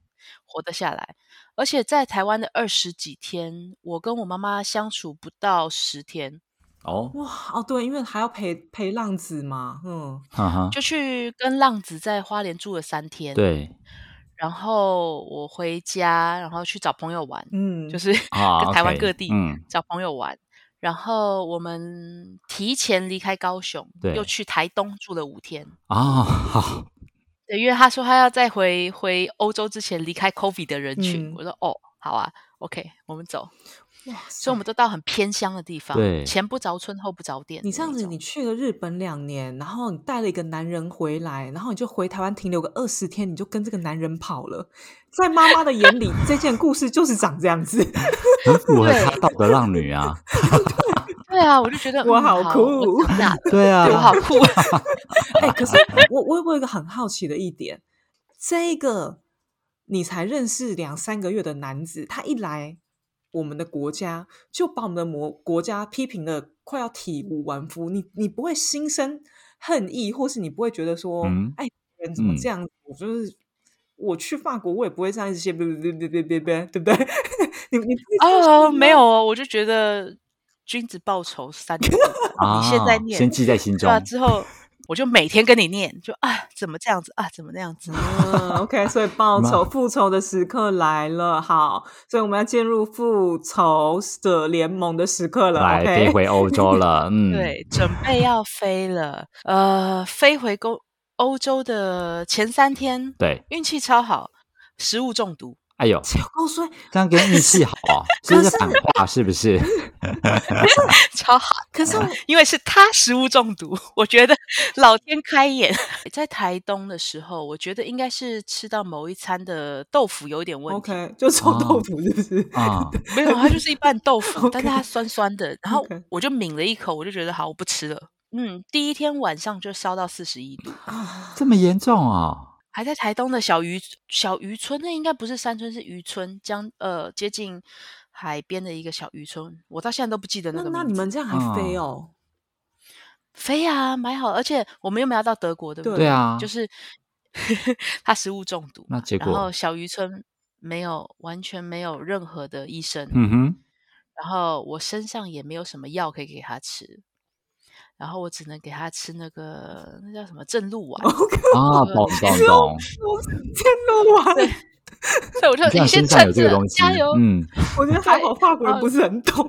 Speaker 3: 活得下来。而且在台湾的二十几天，我跟我妈妈相处不到十天，
Speaker 2: 哦，
Speaker 1: 哇哦，对，因为还要陪陪浪子嘛，嗯，
Speaker 2: 哈哈，
Speaker 3: 就去跟浪子在花莲住了三天，
Speaker 2: 对
Speaker 3: 然后我回家，然后去找朋友玩，
Speaker 1: 嗯，
Speaker 3: 就是是 *laughs* 跟
Speaker 2: 啊
Speaker 3: 台湾各
Speaker 2: ，OK，
Speaker 3: 地
Speaker 2: 嗯，
Speaker 3: 找朋友玩。然后我们提前离开高雄，又
Speaker 2: 对，
Speaker 3: 去台东住了五天。
Speaker 2: *laughs* 啊，好，
Speaker 3: 对，因为他说他要在回回欧洲之前离开 COVID 的人群，
Speaker 1: 嗯
Speaker 3: 我说哦，好啊，OK，我们走。
Speaker 1: 哇
Speaker 3: 所以我们
Speaker 1: 塞
Speaker 3: 都到很偏乡的地方，
Speaker 2: 对
Speaker 3: 前不着村后不着店的
Speaker 1: 你
Speaker 3: 那
Speaker 1: 这样
Speaker 3: 种。
Speaker 1: 子，你去了日本两年，然后你带了一个男人回来，然后你就回台湾停留个二十天，你就跟这个男人跑了。在妈妈的眼里，这件故事就是长这样子。
Speaker 2: 很符合
Speaker 3: 对
Speaker 2: 他道德浪女啊，
Speaker 3: 对啊，我就觉得
Speaker 1: *laughs* 我
Speaker 3: 嗯
Speaker 1: 好
Speaker 3: 好
Speaker 1: 酷
Speaker 3: 我
Speaker 1: *laughs*
Speaker 3: 长大了
Speaker 2: 对啊，
Speaker 3: 对我好酷。
Speaker 1: 哎、可是我我我有一个很好奇的一点，这个你才认识两三个月的男子，他一来我们的国家就把我们的国国家批评的快要体无完肤，你你不会心生恨意，或是你不会觉得说，
Speaker 2: 嗯
Speaker 1: 哎，人怎么
Speaker 2: 嗯
Speaker 1: 这样？我就是我去法国，我也不会这样一些，别别别别别别，对不对？ *laughs* 你你不会这样
Speaker 3: 哦，
Speaker 1: 想
Speaker 3: 没
Speaker 1: 吗
Speaker 3: 有哦，我就觉得君子报仇三年
Speaker 1: *laughs*
Speaker 2: 啊，
Speaker 3: 你现在念
Speaker 2: 先记在心
Speaker 3: *laughs* 对
Speaker 2: 中
Speaker 3: 啊吧、，之后我就每天跟你念，就啊怎么这样子啊怎么那样子，
Speaker 1: 嗯，OK，所以报
Speaker 2: *laughs* 妈
Speaker 1: 仇复仇的时刻来了，好，所以我们要进入复仇者联盟的时刻了
Speaker 2: 来飞
Speaker 1: ，OK，
Speaker 2: 回欧洲了，
Speaker 3: *laughs*
Speaker 2: 嗯，
Speaker 3: 对，准备要飞了，呃，飞回欧欧洲的前三天，
Speaker 2: 对，
Speaker 3: 运气超好，食物中毒，
Speaker 2: 哎呦，
Speaker 3: *laughs*
Speaker 1: 哦，所以
Speaker 2: 这样跟运气好啊，这
Speaker 1: 可
Speaker 2: 是
Speaker 1: 是
Speaker 2: 反话是不是？
Speaker 3: 超好，
Speaker 1: 可是我
Speaker 3: *laughs* 因为是他食物中毒，我觉 *laughs* 得老天开眼。 *laughs* 在台东的时候，我觉得应该是吃到某一餐的豆腐有点问题
Speaker 1: OK 就臭
Speaker 2: 哦
Speaker 1: 豆腐是不是？
Speaker 2: 啊，
Speaker 3: 没有，它就是一半豆腐， *laughs* 但是
Speaker 1: OK
Speaker 3: 它酸酸的，然后
Speaker 1: OK
Speaker 3: 我就抿了一口，我就觉得好，我不吃了。嗯，第一天晚上就烧到四十一度，
Speaker 1: 啊
Speaker 2: 这么严重啊？
Speaker 3: 还在台东的小渔小渔村，那应该不是山村，是渔村，将呃接近海边的一个小渔村，我到现在都不记得
Speaker 1: 那
Speaker 3: 个名字。
Speaker 1: 那你们这样还飞哦？
Speaker 3: 飞啊，买好，而且我们又没有到德国，对不
Speaker 1: 对，
Speaker 2: 对啊，
Speaker 3: 就是 *laughs* 他食物中毒，
Speaker 2: 那结
Speaker 3: 然后
Speaker 2: 果，
Speaker 3: 小渔村没有完全没有任何的医生，
Speaker 2: 嗯
Speaker 3: *laughs*
Speaker 2: 哼，
Speaker 3: 然后我身上也没有什么药可以给他吃，然后我只能给他吃那个那叫什么镇
Speaker 2: *laughs*
Speaker 3: 露丸
Speaker 1: OK，
Speaker 3: *laughs*
Speaker 2: 啊，
Speaker 3: 对
Speaker 2: 懂懂
Speaker 1: 只有
Speaker 3: *laughs*
Speaker 2: 懂，
Speaker 1: 我是
Speaker 2: 嗯
Speaker 1: 天龙丸，
Speaker 3: 所以我就
Speaker 2: 你这样
Speaker 3: 先
Speaker 2: 身上有
Speaker 3: 撑
Speaker 2: 这个
Speaker 3: 着
Speaker 2: 东，西
Speaker 3: 加油，，
Speaker 2: 嗯，
Speaker 1: 我觉得还好法国人
Speaker 3: 哦
Speaker 1: 不是很懂。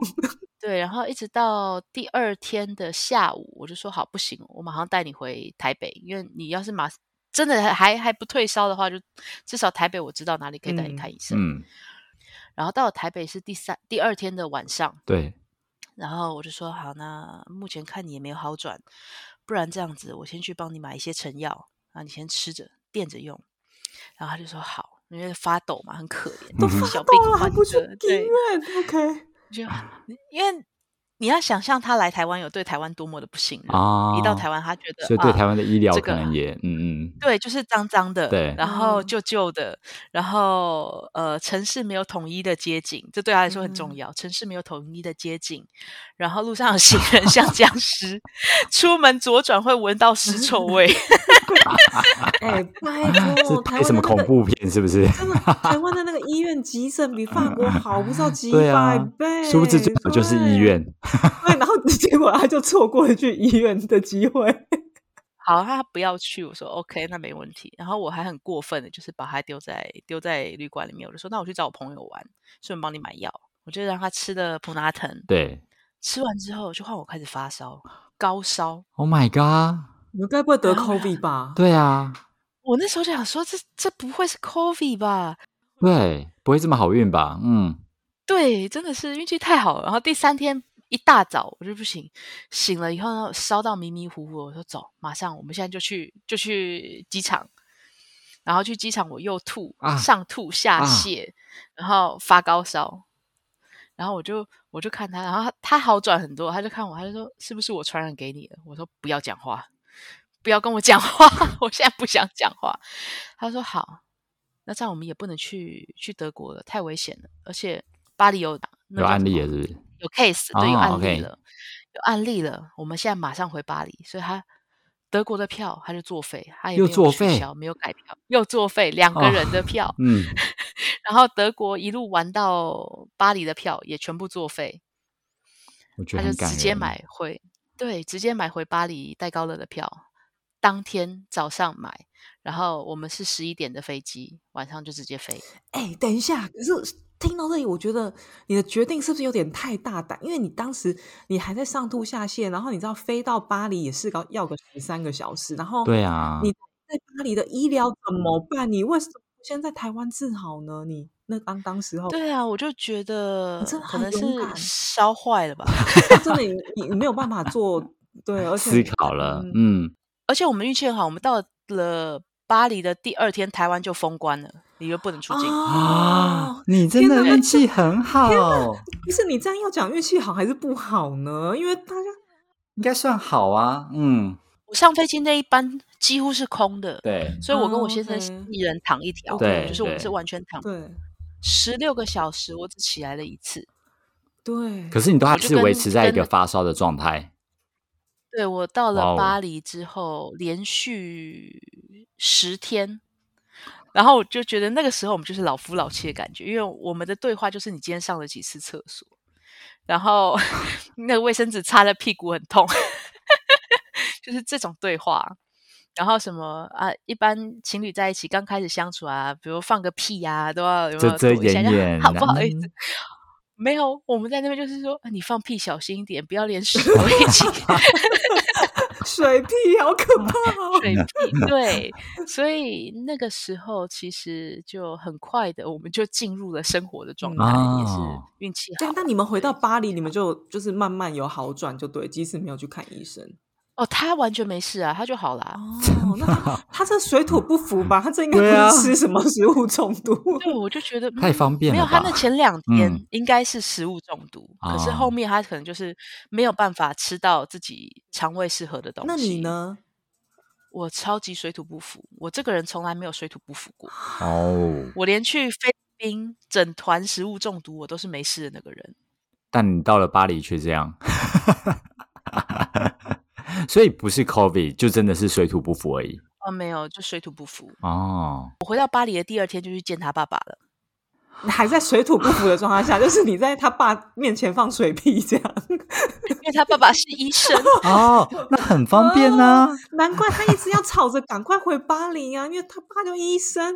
Speaker 3: 对，然后一直到第二天的下午，我就说好，不行，我马上带你回台北，因为你要是马真的还还还不退烧的话，就至少台北我知道哪里可以带你
Speaker 1: 嗯
Speaker 3: 看医生。
Speaker 2: 嗯，
Speaker 3: 然后到了台北是第三第二天的晚上， *laughs*
Speaker 2: 对，
Speaker 3: 然后我就说好，那目前看你也没有好转，不然这样子，我先去帮你买一些成药，啊，你先吃着垫着用。然后他就说好，因为发抖嘛，很可怜，
Speaker 2: 都
Speaker 3: 就是
Speaker 2: 嗯发啊
Speaker 3: 小病
Speaker 1: 到了还
Speaker 3: 患
Speaker 1: 不去
Speaker 3: 者，
Speaker 1: 医
Speaker 3: 对，
Speaker 1: 院，OK，
Speaker 3: 就因为你要想象他来台湾有对台湾多么的不信任，一嗯到
Speaker 2: 啊，
Speaker 3: 台湾他觉得
Speaker 2: 所以对
Speaker 3: 啊
Speaker 2: 台湾的医疗
Speaker 3: 这
Speaker 2: 可
Speaker 3: 个啊
Speaker 2: 能也，嗯
Speaker 3: *laughs*
Speaker 2: 嗯，
Speaker 3: 对，就是脏脏的，
Speaker 2: 对
Speaker 3: 然后
Speaker 1: 嗯
Speaker 3: 旧旧的，然后呃，城市没有统一的街景，这对他来说很重
Speaker 1: 嗯
Speaker 3: 要。城市没有统一的街景，然后路上有行人像僵尸，出门左转会闻到尸臭
Speaker 1: *laughs*
Speaker 3: 味。
Speaker 1: 哎，拜
Speaker 3: 哦
Speaker 1: 托，
Speaker 2: *laughs* 是
Speaker 1: 台
Speaker 2: 拍
Speaker 1: 湾
Speaker 2: 啊什
Speaker 1: 的
Speaker 2: 么
Speaker 1: 那
Speaker 2: 恐
Speaker 1: 个
Speaker 2: 怖片是不是？
Speaker 1: 真的，台湾的那个医院急诊比法国好不知道几
Speaker 2: *laughs* 对
Speaker 1: 百
Speaker 2: 啊
Speaker 1: 倍，
Speaker 2: 殊不知最好就是医院，
Speaker 1: 对。对，然后结果他就错过了去医院的机会。 *laughs*
Speaker 3: 好，他不要去，我说 OK，那没问题。然后我还很过分的，就是把他丢在丢在旅馆里面，我就说那我去找我朋友玩，顺便帮你买药。我就让他吃了普拿疼，
Speaker 2: 对
Speaker 3: 吃完之后就换我开始发烧，高烧。
Speaker 2: ，Oh my god，
Speaker 1: 你们该不会得
Speaker 3: 然后
Speaker 1: COVID 吧？
Speaker 2: 对啊，
Speaker 3: 我那时候就想说，这这不会是 COVID 吧？
Speaker 2: 对，不会这么好运吧？嗯，
Speaker 3: 对，真的是运气太好了。然后第三天一大早我就不行，醒了以后呢，烧到迷迷糊糊，我说走，马上我们现在就去就去机场，然后去机场我又吐，
Speaker 2: 啊
Speaker 3: 上吐下
Speaker 2: 啊
Speaker 3: 泻，然后发高烧。然后我就我就看他，然后他他好转很多，他就看我，他就说是不是我传染给你了？我说不要讲话，不要跟我讲话， *laughs* 我现在不想讲话。他说好，那这样我们也不能去去德国了，太危险了。而且巴黎有那
Speaker 2: 有
Speaker 3: 叫
Speaker 2: 案
Speaker 3: 什
Speaker 2: 例
Speaker 3: 么
Speaker 2: 了是不是？
Speaker 3: 有 case，对，有
Speaker 2: 哦
Speaker 3: 案例
Speaker 2: ，OK
Speaker 3: 了，有案例了。我们现在马上回巴黎，所以他德国的票他就作废，他也
Speaker 2: 又
Speaker 3: 没有
Speaker 2: 作
Speaker 3: 取
Speaker 2: 废
Speaker 3: 消，没有改票，又作废两个
Speaker 2: 哦
Speaker 3: 人的票。
Speaker 2: 嗯，
Speaker 3: 然后德国一路玩到巴黎的票也全部作废，
Speaker 2: 我觉
Speaker 3: 他
Speaker 2: 得
Speaker 3: 就
Speaker 2: 很感
Speaker 3: 直接
Speaker 2: 人，
Speaker 3: 买回，对，直接买回巴黎戴高乐的票，当天早上买，然后我们是十一点的飞机，晚上就直接飞。
Speaker 1: 哎，等一下，可是听到这里，我觉得你的决定是不是有点太大胆？因为你当时你还在上吐下泻，然后你知道飞到巴黎也是个要个十三个小时，然
Speaker 3: 哦
Speaker 1: 后
Speaker 2: 对啊
Speaker 1: 你，在巴黎的医疗怎么办？你为什么不先在台湾治好呢？你那当当时候，
Speaker 3: 对啊，我就觉得
Speaker 1: 你哦真的
Speaker 3: 可
Speaker 1: 好
Speaker 3: 能
Speaker 1: 勇
Speaker 3: 是
Speaker 1: 敢哦
Speaker 3: 烧坏了吧。 *laughs*
Speaker 1: 真的你你你没有办法做，对，而且
Speaker 2: 思
Speaker 1: 你
Speaker 2: 考了，
Speaker 1: 嗯
Speaker 2: 嗯，
Speaker 3: 而且我们运气很好，我们到了巴黎的第二天，台湾就封关了，你就不能出境。
Speaker 1: 哦啊，
Speaker 2: 你真
Speaker 1: 天
Speaker 2: 的
Speaker 1: 哪
Speaker 2: 运气很好，
Speaker 1: 不是你这样要讲运气好还是不好呢？因为大家
Speaker 2: 应该算好啊，嗯，
Speaker 3: 我上飞机那一班几乎是空的，
Speaker 2: 对，
Speaker 3: 所以我跟
Speaker 1: 哦
Speaker 3: 我先生是
Speaker 1: OK
Speaker 3: 一人躺一条，
Speaker 2: 对
Speaker 3: 就是我们
Speaker 2: 对
Speaker 3: 是完全躺
Speaker 1: 对
Speaker 3: 十六个小时，我只起来了一次。
Speaker 1: 对，
Speaker 2: 可是你都还
Speaker 3: 我就是跟
Speaker 2: 维持在一
Speaker 3: 跟
Speaker 2: 个发烧的状
Speaker 3: *laughs*
Speaker 2: 态，
Speaker 3: 对我
Speaker 2: 哇
Speaker 3: 到了
Speaker 2: 哦
Speaker 3: 巴黎之后，连续十天，然后我就觉得那个时候我们就是老夫老妻的感觉，因为我们的对话就是你今天上了几次厕所，
Speaker 2: *laughs*
Speaker 3: 然后那个卫生纸擦在屁股很痛， *laughs* 就是这种对话。然后什么啊？一般情侣在一起刚开始相处啊，比如放个屁呀、都要有没
Speaker 2: 遮
Speaker 3: 有
Speaker 2: 遮
Speaker 3: 躲一下
Speaker 2: 掩
Speaker 3: *laughs* 下
Speaker 2: 掩，
Speaker 3: 好不好意思？
Speaker 2: 嗯
Speaker 3: 没有，我们在那边就是说，啊你放屁小心一点，不要连
Speaker 2: *laughs*
Speaker 3: 屎都一起
Speaker 1: *laughs* 水屁好可怕 *laughs* 哦！
Speaker 2: 嗯
Speaker 3: 水屁。对，所以那个时候其实就很快的，我们就进入了生活的状
Speaker 1: 嗯
Speaker 3: 态，也是
Speaker 2: 哦
Speaker 3: 运气
Speaker 1: 对
Speaker 3: 好
Speaker 1: 啊，。那你们回到巴黎，你们就就是慢慢有好转，就对，即使没有去看医生。
Speaker 3: 哦，他完全没事啊，他就好啦。
Speaker 1: *laughs* 哦，那他他这水土不服吧？他这应该
Speaker 2: 对啊
Speaker 1: 不是吃什么食物中毒？
Speaker 3: 对，我就觉得
Speaker 2: *laughs* 太
Speaker 3: 嗯
Speaker 2: 方便
Speaker 3: 没有
Speaker 2: 了
Speaker 3: 他
Speaker 2: 吧
Speaker 3: 那？前两天
Speaker 2: 嗯
Speaker 3: 应该是食物中毒，可是
Speaker 2: 哦
Speaker 3: 后面他可能就是没有办法吃到自己肠胃适合的东
Speaker 1: *laughs* 那你？
Speaker 3: 西。
Speaker 1: 呢？
Speaker 3: 我超级水土不服，我这个人从来没有水土不服过。
Speaker 2: 哦，
Speaker 3: 我连去菲律宾整团食物中毒，我都是没事的那个人。
Speaker 2: 但你到了巴黎却这样， *laughs* 所以不是 COVID，就真的是水土不服而已
Speaker 3: 啊，没有，就水土不服。
Speaker 1: *laughs*
Speaker 2: 哦。
Speaker 3: 我回到巴黎的第二天就去见他爸爸了。 *laughs*
Speaker 1: 你 *laughs* 还在水土不服的状态下，就是你在他爸面前放水屁这样， *laughs*
Speaker 3: 因为他爸爸是医生，
Speaker 2: 哦，那很方便啊呢、
Speaker 1: 哦难怪他一直要吵着赶快回巴黎啊，因为他爸就医生。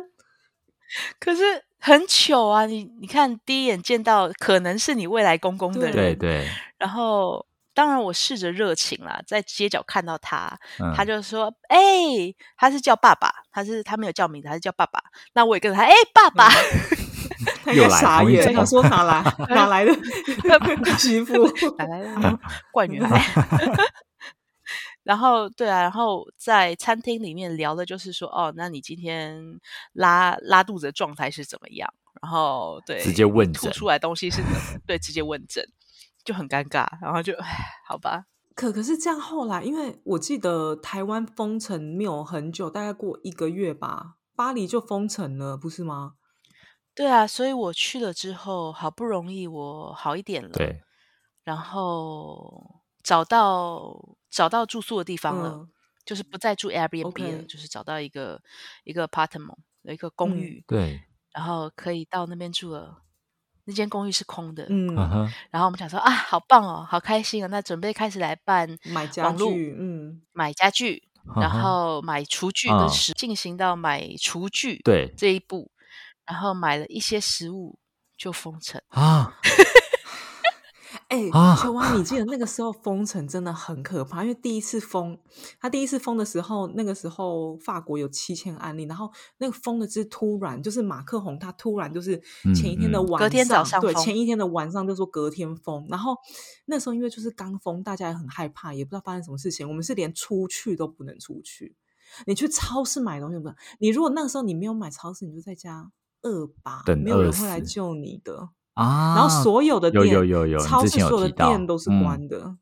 Speaker 3: 可是很糗啊！你你看，第一眼见到可能是你未来公公的人，
Speaker 2: 对对，
Speaker 3: 然后当然我试着热情啦，在街角看到他，
Speaker 2: 嗯，
Speaker 3: 他就说：“哎、他是叫爸爸，他是他没有叫名字，他是叫爸爸。”那我也跟着他：“哎、爸爸。
Speaker 2: 嗯
Speaker 1: 他应该
Speaker 2: 又来
Speaker 1: 傻
Speaker 2: 同一
Speaker 1: 眼，
Speaker 2: 种
Speaker 1: 他说哪 *laughs* 来哪来的媳妇？
Speaker 3: 来来
Speaker 2: 啊
Speaker 3: *laughs* 来，怪女孩。
Speaker 2: *laughs*
Speaker 3: 然后对啊，然后在餐厅里面聊的就是说，哦，那你今天拉拉肚子的状态是怎么样？然后对，
Speaker 2: 直接问
Speaker 3: 吐
Speaker 2: 诊
Speaker 3: 出来东西是
Speaker 2: *laughs*
Speaker 3: 怎么？对，直接问诊就很尴尬，然后就唉，好吧，
Speaker 1: 可可是这样后来，因为我记得台湾封城没有很久，大概过一个月吧，巴黎就封城了，不是吗？
Speaker 3: 对啊，所以我去了之后，好不容易我好一点了，，
Speaker 2: 对，
Speaker 3: 然后找到找到住宿的地方了，
Speaker 1: 嗯，
Speaker 3: 就是不再住 Airbnb 了
Speaker 1: OK
Speaker 3: 就是找到一个一个 apartment 一个公
Speaker 1: 嗯
Speaker 3: 寓，
Speaker 2: 对，
Speaker 3: 然后可以到那边住了。那间公寓是空的，
Speaker 2: 嗯
Speaker 1: 嗯，
Speaker 2: 哼，
Speaker 3: 然后我们想说啊，好棒哦，好开心哦，那准备开始来办
Speaker 1: 买家
Speaker 3: 网络
Speaker 1: 具，嗯，
Speaker 3: 买家具，
Speaker 2: 嗯
Speaker 3: 然
Speaker 2: 哼
Speaker 3: 后买厨具跟
Speaker 2: 嗯
Speaker 3: 食，进行到买厨具
Speaker 2: 对
Speaker 3: 这一步，然后买了一些食物就封城。
Speaker 2: 啊，
Speaker 1: 哎、
Speaker 2: 啊
Speaker 1: 球王，你记得那个时候封城真的很可怕，因为第一次封，他第一次封的时候，那个时候法国有七千案例，然后那个封的是突然，就是马克宏他突然就是前一天的
Speaker 2: 嗯嗯
Speaker 1: 晚上，
Speaker 3: 隔天早上
Speaker 1: 对，
Speaker 3: 封
Speaker 1: 前一天的晚上就说隔天封，然后那时候因为就是刚封，大家也很害怕，也不知道发生什么事情，我们是连出去都不能出去，你去超市买东西都不能，你如果那个时候你没有买超市，你就在家饿吧，
Speaker 2: 等
Speaker 1: 没有人
Speaker 2: 饿
Speaker 1: 会来
Speaker 2: 死
Speaker 1: 救你的。
Speaker 2: 啊，
Speaker 1: 然后所有的
Speaker 2: 有
Speaker 1: 店，
Speaker 2: 有有有，你
Speaker 1: 超
Speaker 2: 之
Speaker 1: 市
Speaker 2: 前有
Speaker 1: 所有的
Speaker 2: 提到
Speaker 1: 店都是
Speaker 2: 嗯
Speaker 1: 关的。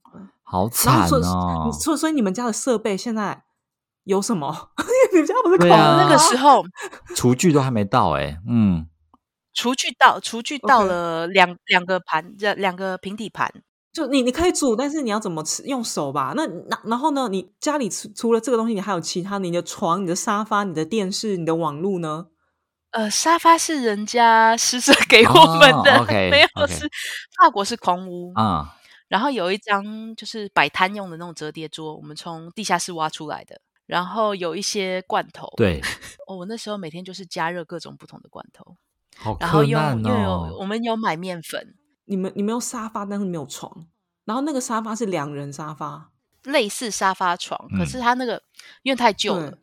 Speaker 2: 好
Speaker 1: 然后
Speaker 2: 惨
Speaker 1: 所
Speaker 2: 哦
Speaker 1: 以，
Speaker 3: *laughs*
Speaker 1: 所以所以你们家的设备现在有什么？ *laughs* 你们家不是空
Speaker 2: 对
Speaker 1: 的
Speaker 2: 啊
Speaker 1: 吗
Speaker 3: 哦那个时候
Speaker 2: 厨具都还没到哎、嗯，
Speaker 3: 厨具到厨具到
Speaker 1: OK
Speaker 3: 了两两个盘，两两个平底盘，
Speaker 1: 就你你可以煮，但是你要怎么吃？用手吧。那那然后呢？你家里除除了这个东西，你还有其他？你的床、你的沙发、你的电视、你的网络呢？
Speaker 3: 呃，沙发是人家施舍给我们的，
Speaker 2: 哦，OK，
Speaker 3: *laughs* 没有
Speaker 2: OK
Speaker 3: 是法国是空屋
Speaker 2: 啊，
Speaker 3: 然后有一张就是摆摊用的那种折叠桌，我们从地下室挖出来的。然后有一些罐头，
Speaker 2: 对，
Speaker 3: 哦，我那时候每天就是加热各种不同的罐头，
Speaker 2: 好
Speaker 3: 然后
Speaker 2: 困
Speaker 3: 用
Speaker 2: 难
Speaker 3: 因为有
Speaker 2: 哦，
Speaker 3: 我们有买面粉，
Speaker 1: 你们你们有沙发，但是没有床。然后那个沙发是两人沙发，
Speaker 3: 类似沙发床，可
Speaker 2: 嗯
Speaker 3: 是它那个因为太旧
Speaker 1: 对
Speaker 3: 了，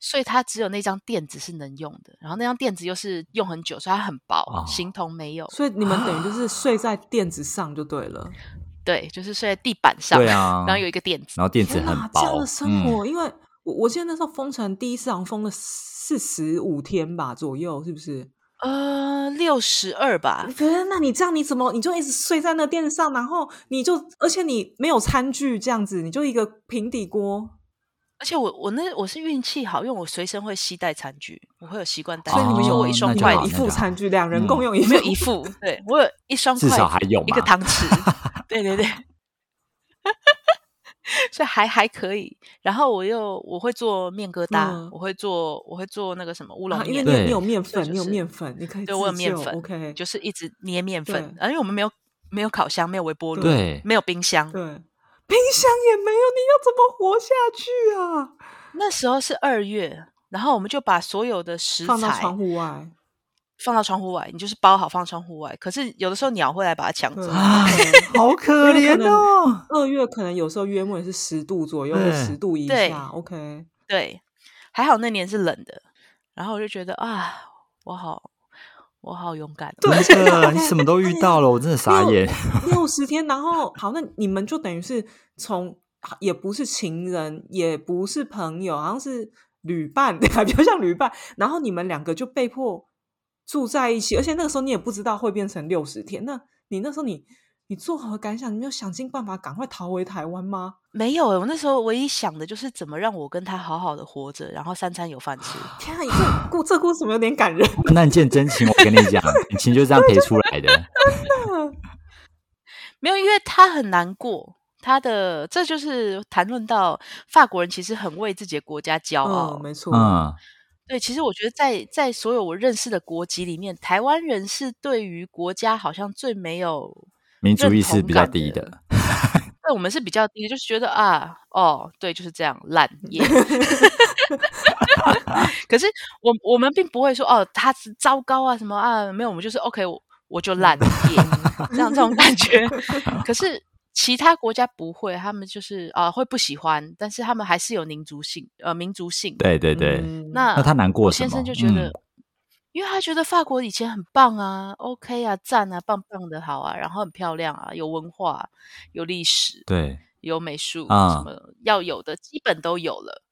Speaker 3: 所以它只有那张垫子是能用的，然后那张垫子又是用很久，所以它很薄，
Speaker 2: 哦
Speaker 3: 形同没有。
Speaker 1: 所以你们等于就是睡在垫子上就对了。
Speaker 3: 对，就是睡在地板上，
Speaker 2: 对啊，
Speaker 3: 然后有一个垫子，
Speaker 2: 然后垫子
Speaker 1: 天
Speaker 2: 很
Speaker 1: 哪，这样
Speaker 2: 薄嗯
Speaker 1: 的，生活，因为我我记得那时候封城第一次好像封了四十五天吧左右，是不是？
Speaker 3: 呃，六十二吧，
Speaker 1: 可是那啊你这样你怎么你就一直睡在那垫子上，然后你就而且你没有餐具这样子，你就一个平底锅，
Speaker 3: 而且我我那我是运气好，因为我随身会携带餐具，我会有习惯带，
Speaker 2: 所以你们
Speaker 3: 比如说
Speaker 1: 哦
Speaker 2: 有
Speaker 3: 我一
Speaker 2: 那
Speaker 3: 双
Speaker 2: 就
Speaker 3: 筷
Speaker 2: 好
Speaker 1: 一
Speaker 3: 子，
Speaker 2: 那
Speaker 1: 副
Speaker 2: 就
Speaker 1: 餐具，两人
Speaker 2: 嗯
Speaker 1: 共用一
Speaker 3: 我
Speaker 1: 副，
Speaker 3: 没有一副，对我有一双筷
Speaker 2: 至
Speaker 3: 子，
Speaker 2: 少还有
Speaker 3: 一个
Speaker 2: 嘛。
Speaker 3: 汤匙，对对对， *laughs* 所以还还可以。然后我又我会做面疙瘩，
Speaker 1: 嗯
Speaker 3: 我会做我会做那个什么乌龙
Speaker 1: 啊因为
Speaker 3: 面，
Speaker 1: 你有你
Speaker 2: 对
Speaker 1: 有面
Speaker 3: 所
Speaker 1: 粉，
Speaker 3: 以就
Speaker 1: 你有
Speaker 3: 是
Speaker 1: 面粉，你可以
Speaker 3: 对我有
Speaker 1: 自
Speaker 3: 面
Speaker 1: 救
Speaker 3: 粉
Speaker 1: ，OK，
Speaker 3: 就是一直捏面粉
Speaker 1: 对，
Speaker 3: 啊因为我们没有没有烤箱，没有微波炉，
Speaker 2: 对，
Speaker 3: 没有冰箱，
Speaker 1: 对，冰箱也没有，你要怎么活下去啊？
Speaker 3: 那时候是二月，然后我们就把所有的食
Speaker 1: 放到
Speaker 3: 材
Speaker 1: 窗户外，
Speaker 3: 放到窗户外，你就是包好放窗户外。可是有的时候鸟会来把它抢
Speaker 1: 对
Speaker 3: 走，
Speaker 2: 啊
Speaker 1: 对
Speaker 2: 好可
Speaker 1: 因为
Speaker 2: 怜
Speaker 1: 可能
Speaker 2: 哦。
Speaker 1: 二月可能有时候约莫也是十度左右，
Speaker 2: 对
Speaker 1: 十度以
Speaker 3: 对
Speaker 1: 下，OK。
Speaker 3: 对，还好那年是冷的，然后我就觉得啊，我好我好勇敢哦，
Speaker 1: 对而且
Speaker 2: 真的，
Speaker 1: 大
Speaker 2: 你
Speaker 1: 概
Speaker 2: 什么都遇到了，我真的傻
Speaker 3: *laughs*
Speaker 2: 眼。
Speaker 1: 六十天，然后好，那你们就等于是从也不是情人，也不是朋友，好像是旅伴， *laughs* 对吧？比较像旅伴。然后你们两个就被迫住在一起，而且那个时候你也不知道会变成六十天。那你那时候你你作何感想？你没有想尽办法赶快逃回台湾吗？
Speaker 3: 没有诶、欸我那时候唯一想的就是怎么让我跟他好好的活着，然后三餐有饭吃。
Speaker 1: 天啊，你
Speaker 2: *laughs*
Speaker 1: 这故这故事怎么有点感人？
Speaker 2: 那见真情，我跟你
Speaker 3: *laughs*
Speaker 2: 讲，感情就这样培出来的。
Speaker 3: 没有，因为他很难过。他的这就是谈论到法国人其实很为自己的国家骄傲，
Speaker 1: 嗯，没错，
Speaker 2: 嗯，
Speaker 3: 对，其实我觉得在在所有我认识的国籍里面，台湾人是对于国家好像最没有，
Speaker 2: 民族意识比较
Speaker 3: 认同感
Speaker 2: 低
Speaker 3: 的
Speaker 2: 的。
Speaker 3: 对我们是比较低，就是觉得啊，哦，对，就是这样烂
Speaker 2: 嗯 *laughs*
Speaker 3: 耶。可是我我们并不会说哦，他是糟糕啊什么啊，没有，我们就是 OK，我我就烂
Speaker 2: 嗯
Speaker 3: 耶，这样这种感
Speaker 2: *laughs*
Speaker 3: 觉。可是其他国家不会，他们就是啊、会不喜欢，但是他们还是有民族性，呃，民族性。
Speaker 2: 对对对，
Speaker 1: 嗯
Speaker 3: 那
Speaker 2: 那他难过
Speaker 3: 我
Speaker 2: 什
Speaker 3: 先
Speaker 2: 么？嗯
Speaker 3: 生就觉得，因为他觉得法国以前很棒啊，OK 啊，赞啊，棒棒的好啊，然后很漂亮啊，有文化、有历史，
Speaker 2: 对，
Speaker 3: 有美术，
Speaker 2: 啊
Speaker 3: 什么要有的基本都有了。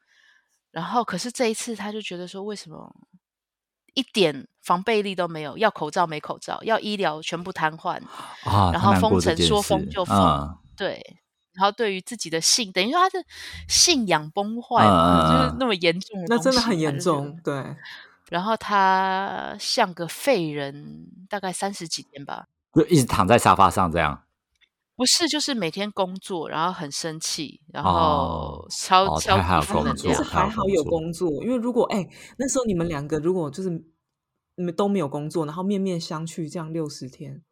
Speaker 3: 然后可是这一次他就觉得说，为什么一点防备力都没有？要口罩没口罩，要医疗全部瘫痪，
Speaker 2: 啊，
Speaker 3: 然
Speaker 2: 他
Speaker 3: 后
Speaker 2: 难
Speaker 3: 封
Speaker 2: 过这
Speaker 3: 城
Speaker 2: 件
Speaker 3: 说
Speaker 2: 事
Speaker 3: 封就封
Speaker 2: 嗯
Speaker 3: 对。然后对于自己的信，等于说他的信仰崩
Speaker 2: 嗯
Speaker 3: 坏
Speaker 2: 嗯
Speaker 3: 嘛，
Speaker 2: 嗯
Speaker 3: 就是那么严重的
Speaker 1: 那
Speaker 3: 东
Speaker 1: 真的
Speaker 3: 西
Speaker 1: 很
Speaker 3: 他
Speaker 1: 严
Speaker 3: 就觉得
Speaker 1: 重，对。
Speaker 3: 然后他像个废人，大概三十几天吧。
Speaker 2: 就一直躺在沙发上这样。
Speaker 3: 不是，就是每天工作，然后很生气，然后
Speaker 2: 哦
Speaker 3: 超、
Speaker 2: 哦
Speaker 3: 超
Speaker 2: 他还有
Speaker 3: 低负
Speaker 2: 工
Speaker 3: 能
Speaker 1: 就
Speaker 2: 作
Speaker 1: 是
Speaker 3: 量。
Speaker 2: 还有
Speaker 1: 还好有
Speaker 2: 工作
Speaker 1: 工作，因为如果哎、那时候你们两个如果就是你们都没有工作，然后面面相觑，这样六十
Speaker 2: *laughs*
Speaker 1: 天，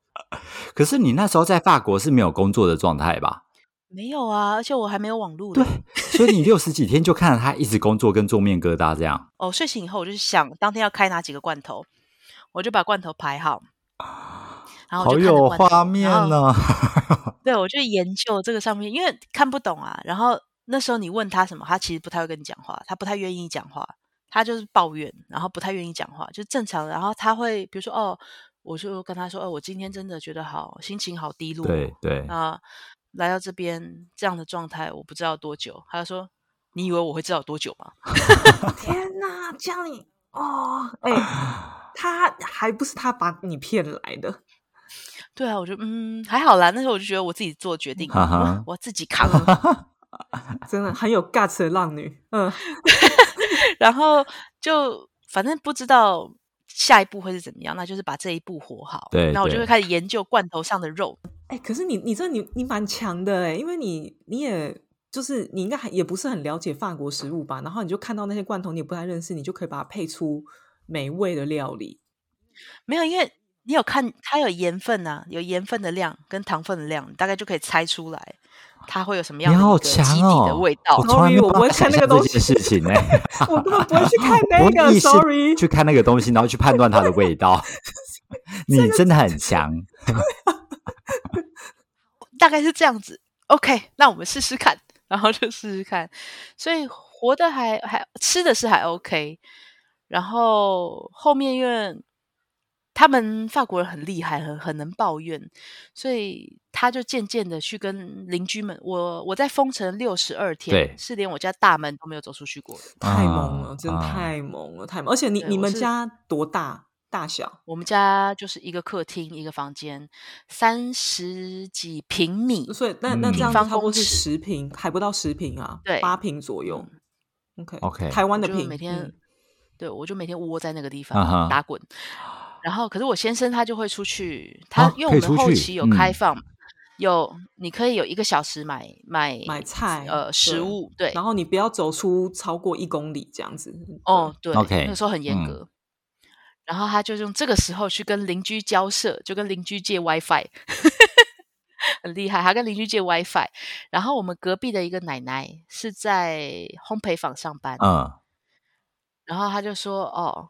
Speaker 2: 可是你那时候在法国是没有工作的状态吧？
Speaker 3: 没有啊，而且我还没有网路嘞
Speaker 2: 对，所以你六十几天就看着他一直工作跟做面疙瘩这样。
Speaker 3: 哦，睡醒以后我就是想当天要开哪几个罐头，我就把罐头排好， *laughs* 然
Speaker 2: 啊
Speaker 3: 后我
Speaker 2: 好
Speaker 3: 就看着嗯
Speaker 2: 有
Speaker 3: 罐头
Speaker 2: 画面哦
Speaker 3: 然后 *laughs*
Speaker 2: 呢、
Speaker 3: 对，我就研究这个上面，因为看不懂啊。然后那时候你问他什么，他其实不太会跟你讲话，他不太愿意讲话，他就是抱怨，然后不太愿意讲话，就正常的。然后他会比如说哦，我就跟他说哦，我今天真的觉得好，心情好低落。
Speaker 2: 对对，
Speaker 3: 啊，来到这边这样的状态，我不知道多久。他就说，你以为我会知道多久吗？
Speaker 1: 天哪，这样你哦，
Speaker 2: *laughs*
Speaker 1: 哎、他还不是他把你骗来
Speaker 2: *laughs*
Speaker 1: 的，
Speaker 3: 对啊，我就嗯还好啦。那时候我就觉得我自己做决定，
Speaker 2: 哈哈
Speaker 3: 我自己扛。
Speaker 1: 嗯真的很有 guts 的浪女，嗯，
Speaker 3: *laughs* 然后就反正不知道下一步会是怎么样，那就是把这一步活好。
Speaker 2: 对
Speaker 3: 那我就
Speaker 2: 对
Speaker 3: 会开始研究罐头上的肉。
Speaker 1: 哎、可是你你这你你蛮强的哎、因为你你也。就是你应该还也不是很了解法国食物吧，然后你就看到那些罐头你也不太认识，你就可以把它配出美味的料理。
Speaker 3: 没有，因为你有看它有盐分啊，有盐分的量跟糖分的量，你大概就可以猜出来它会有什么样
Speaker 2: 你
Speaker 3: 的
Speaker 2: 好
Speaker 3: 一个基
Speaker 2: 强
Speaker 3: 底的
Speaker 2: 哦！
Speaker 3: 味道。
Speaker 2: 我从来没有办法想象这件事情
Speaker 3: *laughs*
Speaker 2: 呢、
Speaker 1: 我根本不会去看
Speaker 2: *laughs* 我
Speaker 1: 那
Speaker 2: 会
Speaker 1: 个
Speaker 2: 意识
Speaker 1: ，sorry。
Speaker 2: 去看那个东西，然后去判断它的味
Speaker 3: *laughs*
Speaker 2: 道。你真的很强，
Speaker 3: 大概是这样子。OK，那我们试试看，然后就试试看。所以活的还还吃的是还 OK，然后后面因为他们法国人很厉害，很很能抱怨，所以他就渐渐的去跟邻居们，我我在封城六十二
Speaker 2: 对
Speaker 3: 天，是连我家大门都没有走出去过的。
Speaker 1: 太猛了，
Speaker 2: 啊
Speaker 1: 真的
Speaker 2: 啊
Speaker 1: 太猛了，太猛！而且你
Speaker 3: 对
Speaker 1: 你
Speaker 3: 我
Speaker 1: 们
Speaker 3: 是
Speaker 1: 家多大？大小？
Speaker 3: 我们家就是一个客厅，一个房间，三十几平米，
Speaker 1: 所以那那
Speaker 2: 嗯
Speaker 1: 这样
Speaker 3: 平
Speaker 1: 子
Speaker 3: 方
Speaker 1: 差不多
Speaker 3: 公
Speaker 1: 是
Speaker 3: 尺
Speaker 1: 十平，还不到十平啊，
Speaker 3: 对
Speaker 1: 八平左右。OK
Speaker 2: OK
Speaker 1: 台湾
Speaker 3: 我
Speaker 1: 的
Speaker 3: 就
Speaker 1: 平，嗯
Speaker 3: 每天，对我就每天窝在那个地
Speaker 2: 啊
Speaker 3: 方、
Speaker 2: 哈
Speaker 3: 打滚。然后，可是我先生他就会出去，他、
Speaker 2: 啊
Speaker 3: 因为
Speaker 2: 可以
Speaker 3: 我们
Speaker 2: 出
Speaker 3: 后
Speaker 2: 去
Speaker 3: 期有开
Speaker 2: 嗯
Speaker 3: 放，有你可以有一个小时买买
Speaker 1: 买菜
Speaker 3: 呃食
Speaker 1: 对
Speaker 3: 物，对，
Speaker 1: 然后你不要走出超过一公里这样子。
Speaker 3: 哦，对
Speaker 2: OK，
Speaker 3: 那个时候很严
Speaker 2: 嗯
Speaker 3: 格。然后他就用这个时候去跟邻居交涉，就跟邻居借 WiFi，很厉害。他跟邻居借 WiFi，然后我们隔壁的一个奶奶是在烘焙坊上班，
Speaker 2: 嗯，
Speaker 3: 然后他就说：“哦，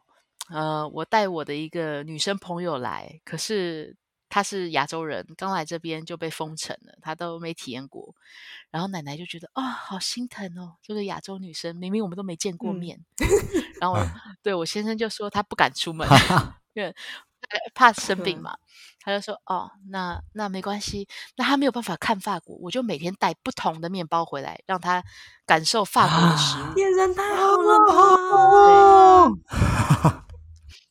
Speaker 3: 呃，我带我的一个女生朋友来，可是她是亚洲人，刚来这边就被封城了，她都没体验过。”然后奶奶就觉得：“哦，好心疼哦，这个亚洲女生明明我们都没见过
Speaker 1: 嗯
Speaker 3: 面。然后我对我先生就说他不敢出门
Speaker 2: 啊哈嗯
Speaker 3: 因为怕生
Speaker 1: 对
Speaker 3: 病嘛。他就说：“哦，那那没关系，那他没有办法看法国，我就每天带不同的面包回来，让他感受法国的食物。”
Speaker 1: 天人太好了吧？
Speaker 2: 哦，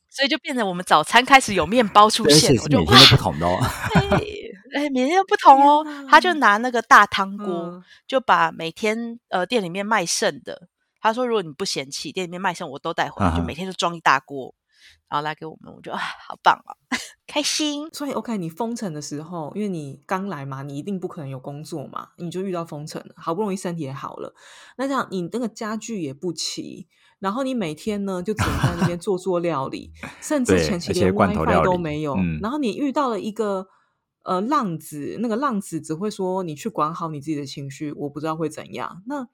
Speaker 3: 所以就变成我们早餐开始有面包出
Speaker 2: 对而且
Speaker 3: 现了，我
Speaker 2: 是
Speaker 3: 就
Speaker 2: 每
Speaker 3: 哇
Speaker 2: 天，都不 *laughs* 同的哦，
Speaker 3: 哎哎，每天都不同哦
Speaker 1: 天。哪
Speaker 3: 他就拿那个大汤锅，
Speaker 1: 嗯
Speaker 3: 就把每天呃店里面卖剩的，他说如果你不嫌弃，店里面卖剩我都带回来，就
Speaker 2: 嗯
Speaker 3: 每天就装一大锅，然后来给我们，我就啊 *laughs* 好棒哦，开心。
Speaker 1: 所以 OK，你封城的时候，因为你刚来嘛，你一定不可能有工作嘛，你就遇到封城了，好不容易身体也好了，那这样你那个家具也不齐，然后你每天呢就只能在那边做做料
Speaker 2: *laughs*
Speaker 1: 理，甚至
Speaker 2: 对
Speaker 1: 前期
Speaker 2: 而且
Speaker 1: 连
Speaker 2: 罐头
Speaker 1: WiFi
Speaker 2: 料
Speaker 1: 都
Speaker 2: 理
Speaker 1: 没有，
Speaker 2: 嗯
Speaker 1: 然后你遇到了一个。呃，浪子那个浪子只会说你去管好你自己的情绪，我不知道会怎样。那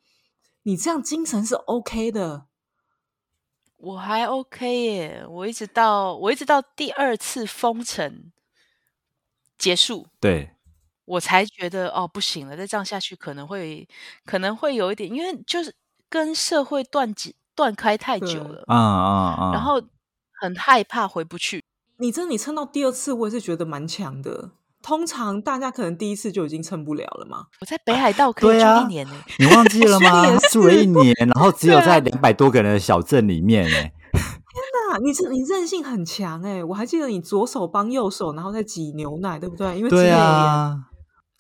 Speaker 1: 你这样精神是 OK 的，
Speaker 3: 我还 OK 耶，我一直到我一直到第二次封城结束，
Speaker 2: 对，
Speaker 3: 我才觉得哦不行了，再这样下去可能会可能会有一点，因为就是跟社会断节断开太久
Speaker 1: 对
Speaker 3: 了，
Speaker 2: 啊啊啊，
Speaker 3: 然后很害怕回不去。
Speaker 1: 你真的你撑到第二次，我也是觉得蛮强的。通常大家可能第一次就已经撑不了了嘛。
Speaker 3: 我在北海道可以
Speaker 2: 对
Speaker 3: 住
Speaker 2: 啊
Speaker 3: 一年呢、
Speaker 2: 你忘记了吗？他住了一年，然后只有
Speaker 3: 对啊
Speaker 2: 在两百多个人的小镇里面，哎，
Speaker 1: 那啊你这你韧性很强哎、我还记得你左手帮右手，然后再挤牛奶，对不对？因为
Speaker 2: 对
Speaker 1: 挤
Speaker 2: 啊，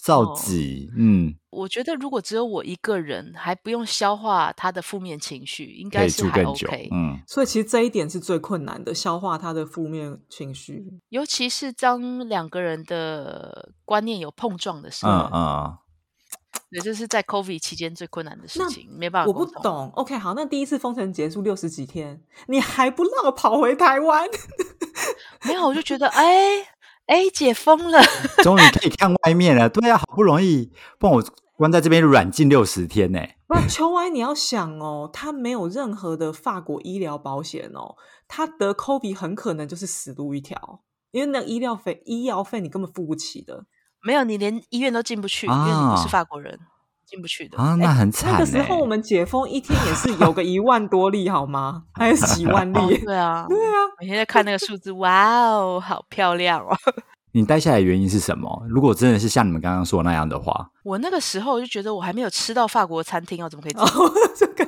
Speaker 2: 造
Speaker 3: 哦
Speaker 2: 挤，嗯，
Speaker 3: 我觉得如果只有我一个人，还不用消化他的负面情绪，应
Speaker 2: 可
Speaker 3: 该
Speaker 2: 以
Speaker 3: 是
Speaker 2: 住
Speaker 3: 还
Speaker 2: 更久
Speaker 3: OK。，
Speaker 2: 嗯，
Speaker 1: 所以其实这一点是最困难的，消化他的负面情绪。
Speaker 3: 尤其是当两个人的观念有碰撞的时
Speaker 2: 嗯
Speaker 3: 候，
Speaker 2: 嗯嗯，
Speaker 3: 对，这是在 COVID 期间最困难的事
Speaker 1: 那
Speaker 3: 情，没办法
Speaker 1: 我不
Speaker 3: 沟通。
Speaker 1: 懂。OK，好，那第一次封城结束六十几天，你还不让我跑回台湾？
Speaker 3: 没有，我就觉得哎哎，解封了。
Speaker 2: 终于可以看外面了，对啊，好不容易，不然我关在这边软禁六十天呢，
Speaker 1: 不是，秋安，你要想哦，他没有任何的法国医疗保险哦，他得 COVID 很可能就是死路一条，因为那个医疗费、医药费你根本付不起的。
Speaker 3: 没有，你连医院都进不去，因为你不
Speaker 2: 啊
Speaker 3: 是法国人，进不去的。
Speaker 2: 啊，那很惨
Speaker 1: 那
Speaker 2: 呢。
Speaker 1: 个时候我们解封一天也是有个一万多例，好吗？还有几万
Speaker 3: 哦，
Speaker 1: 例？
Speaker 3: 对啊，
Speaker 1: *laughs* 对啊，
Speaker 3: 每天在看那个数字，哇哦，好漂亮哦！ *laughs*
Speaker 2: 你待下来的原因是什么？如果真的是像你们刚刚说的那样的话，
Speaker 3: 我那个时候就觉得我还没有吃到法国餐厅哦，怎么可以这
Speaker 1: 哦
Speaker 3: 样？，
Speaker 1: 这个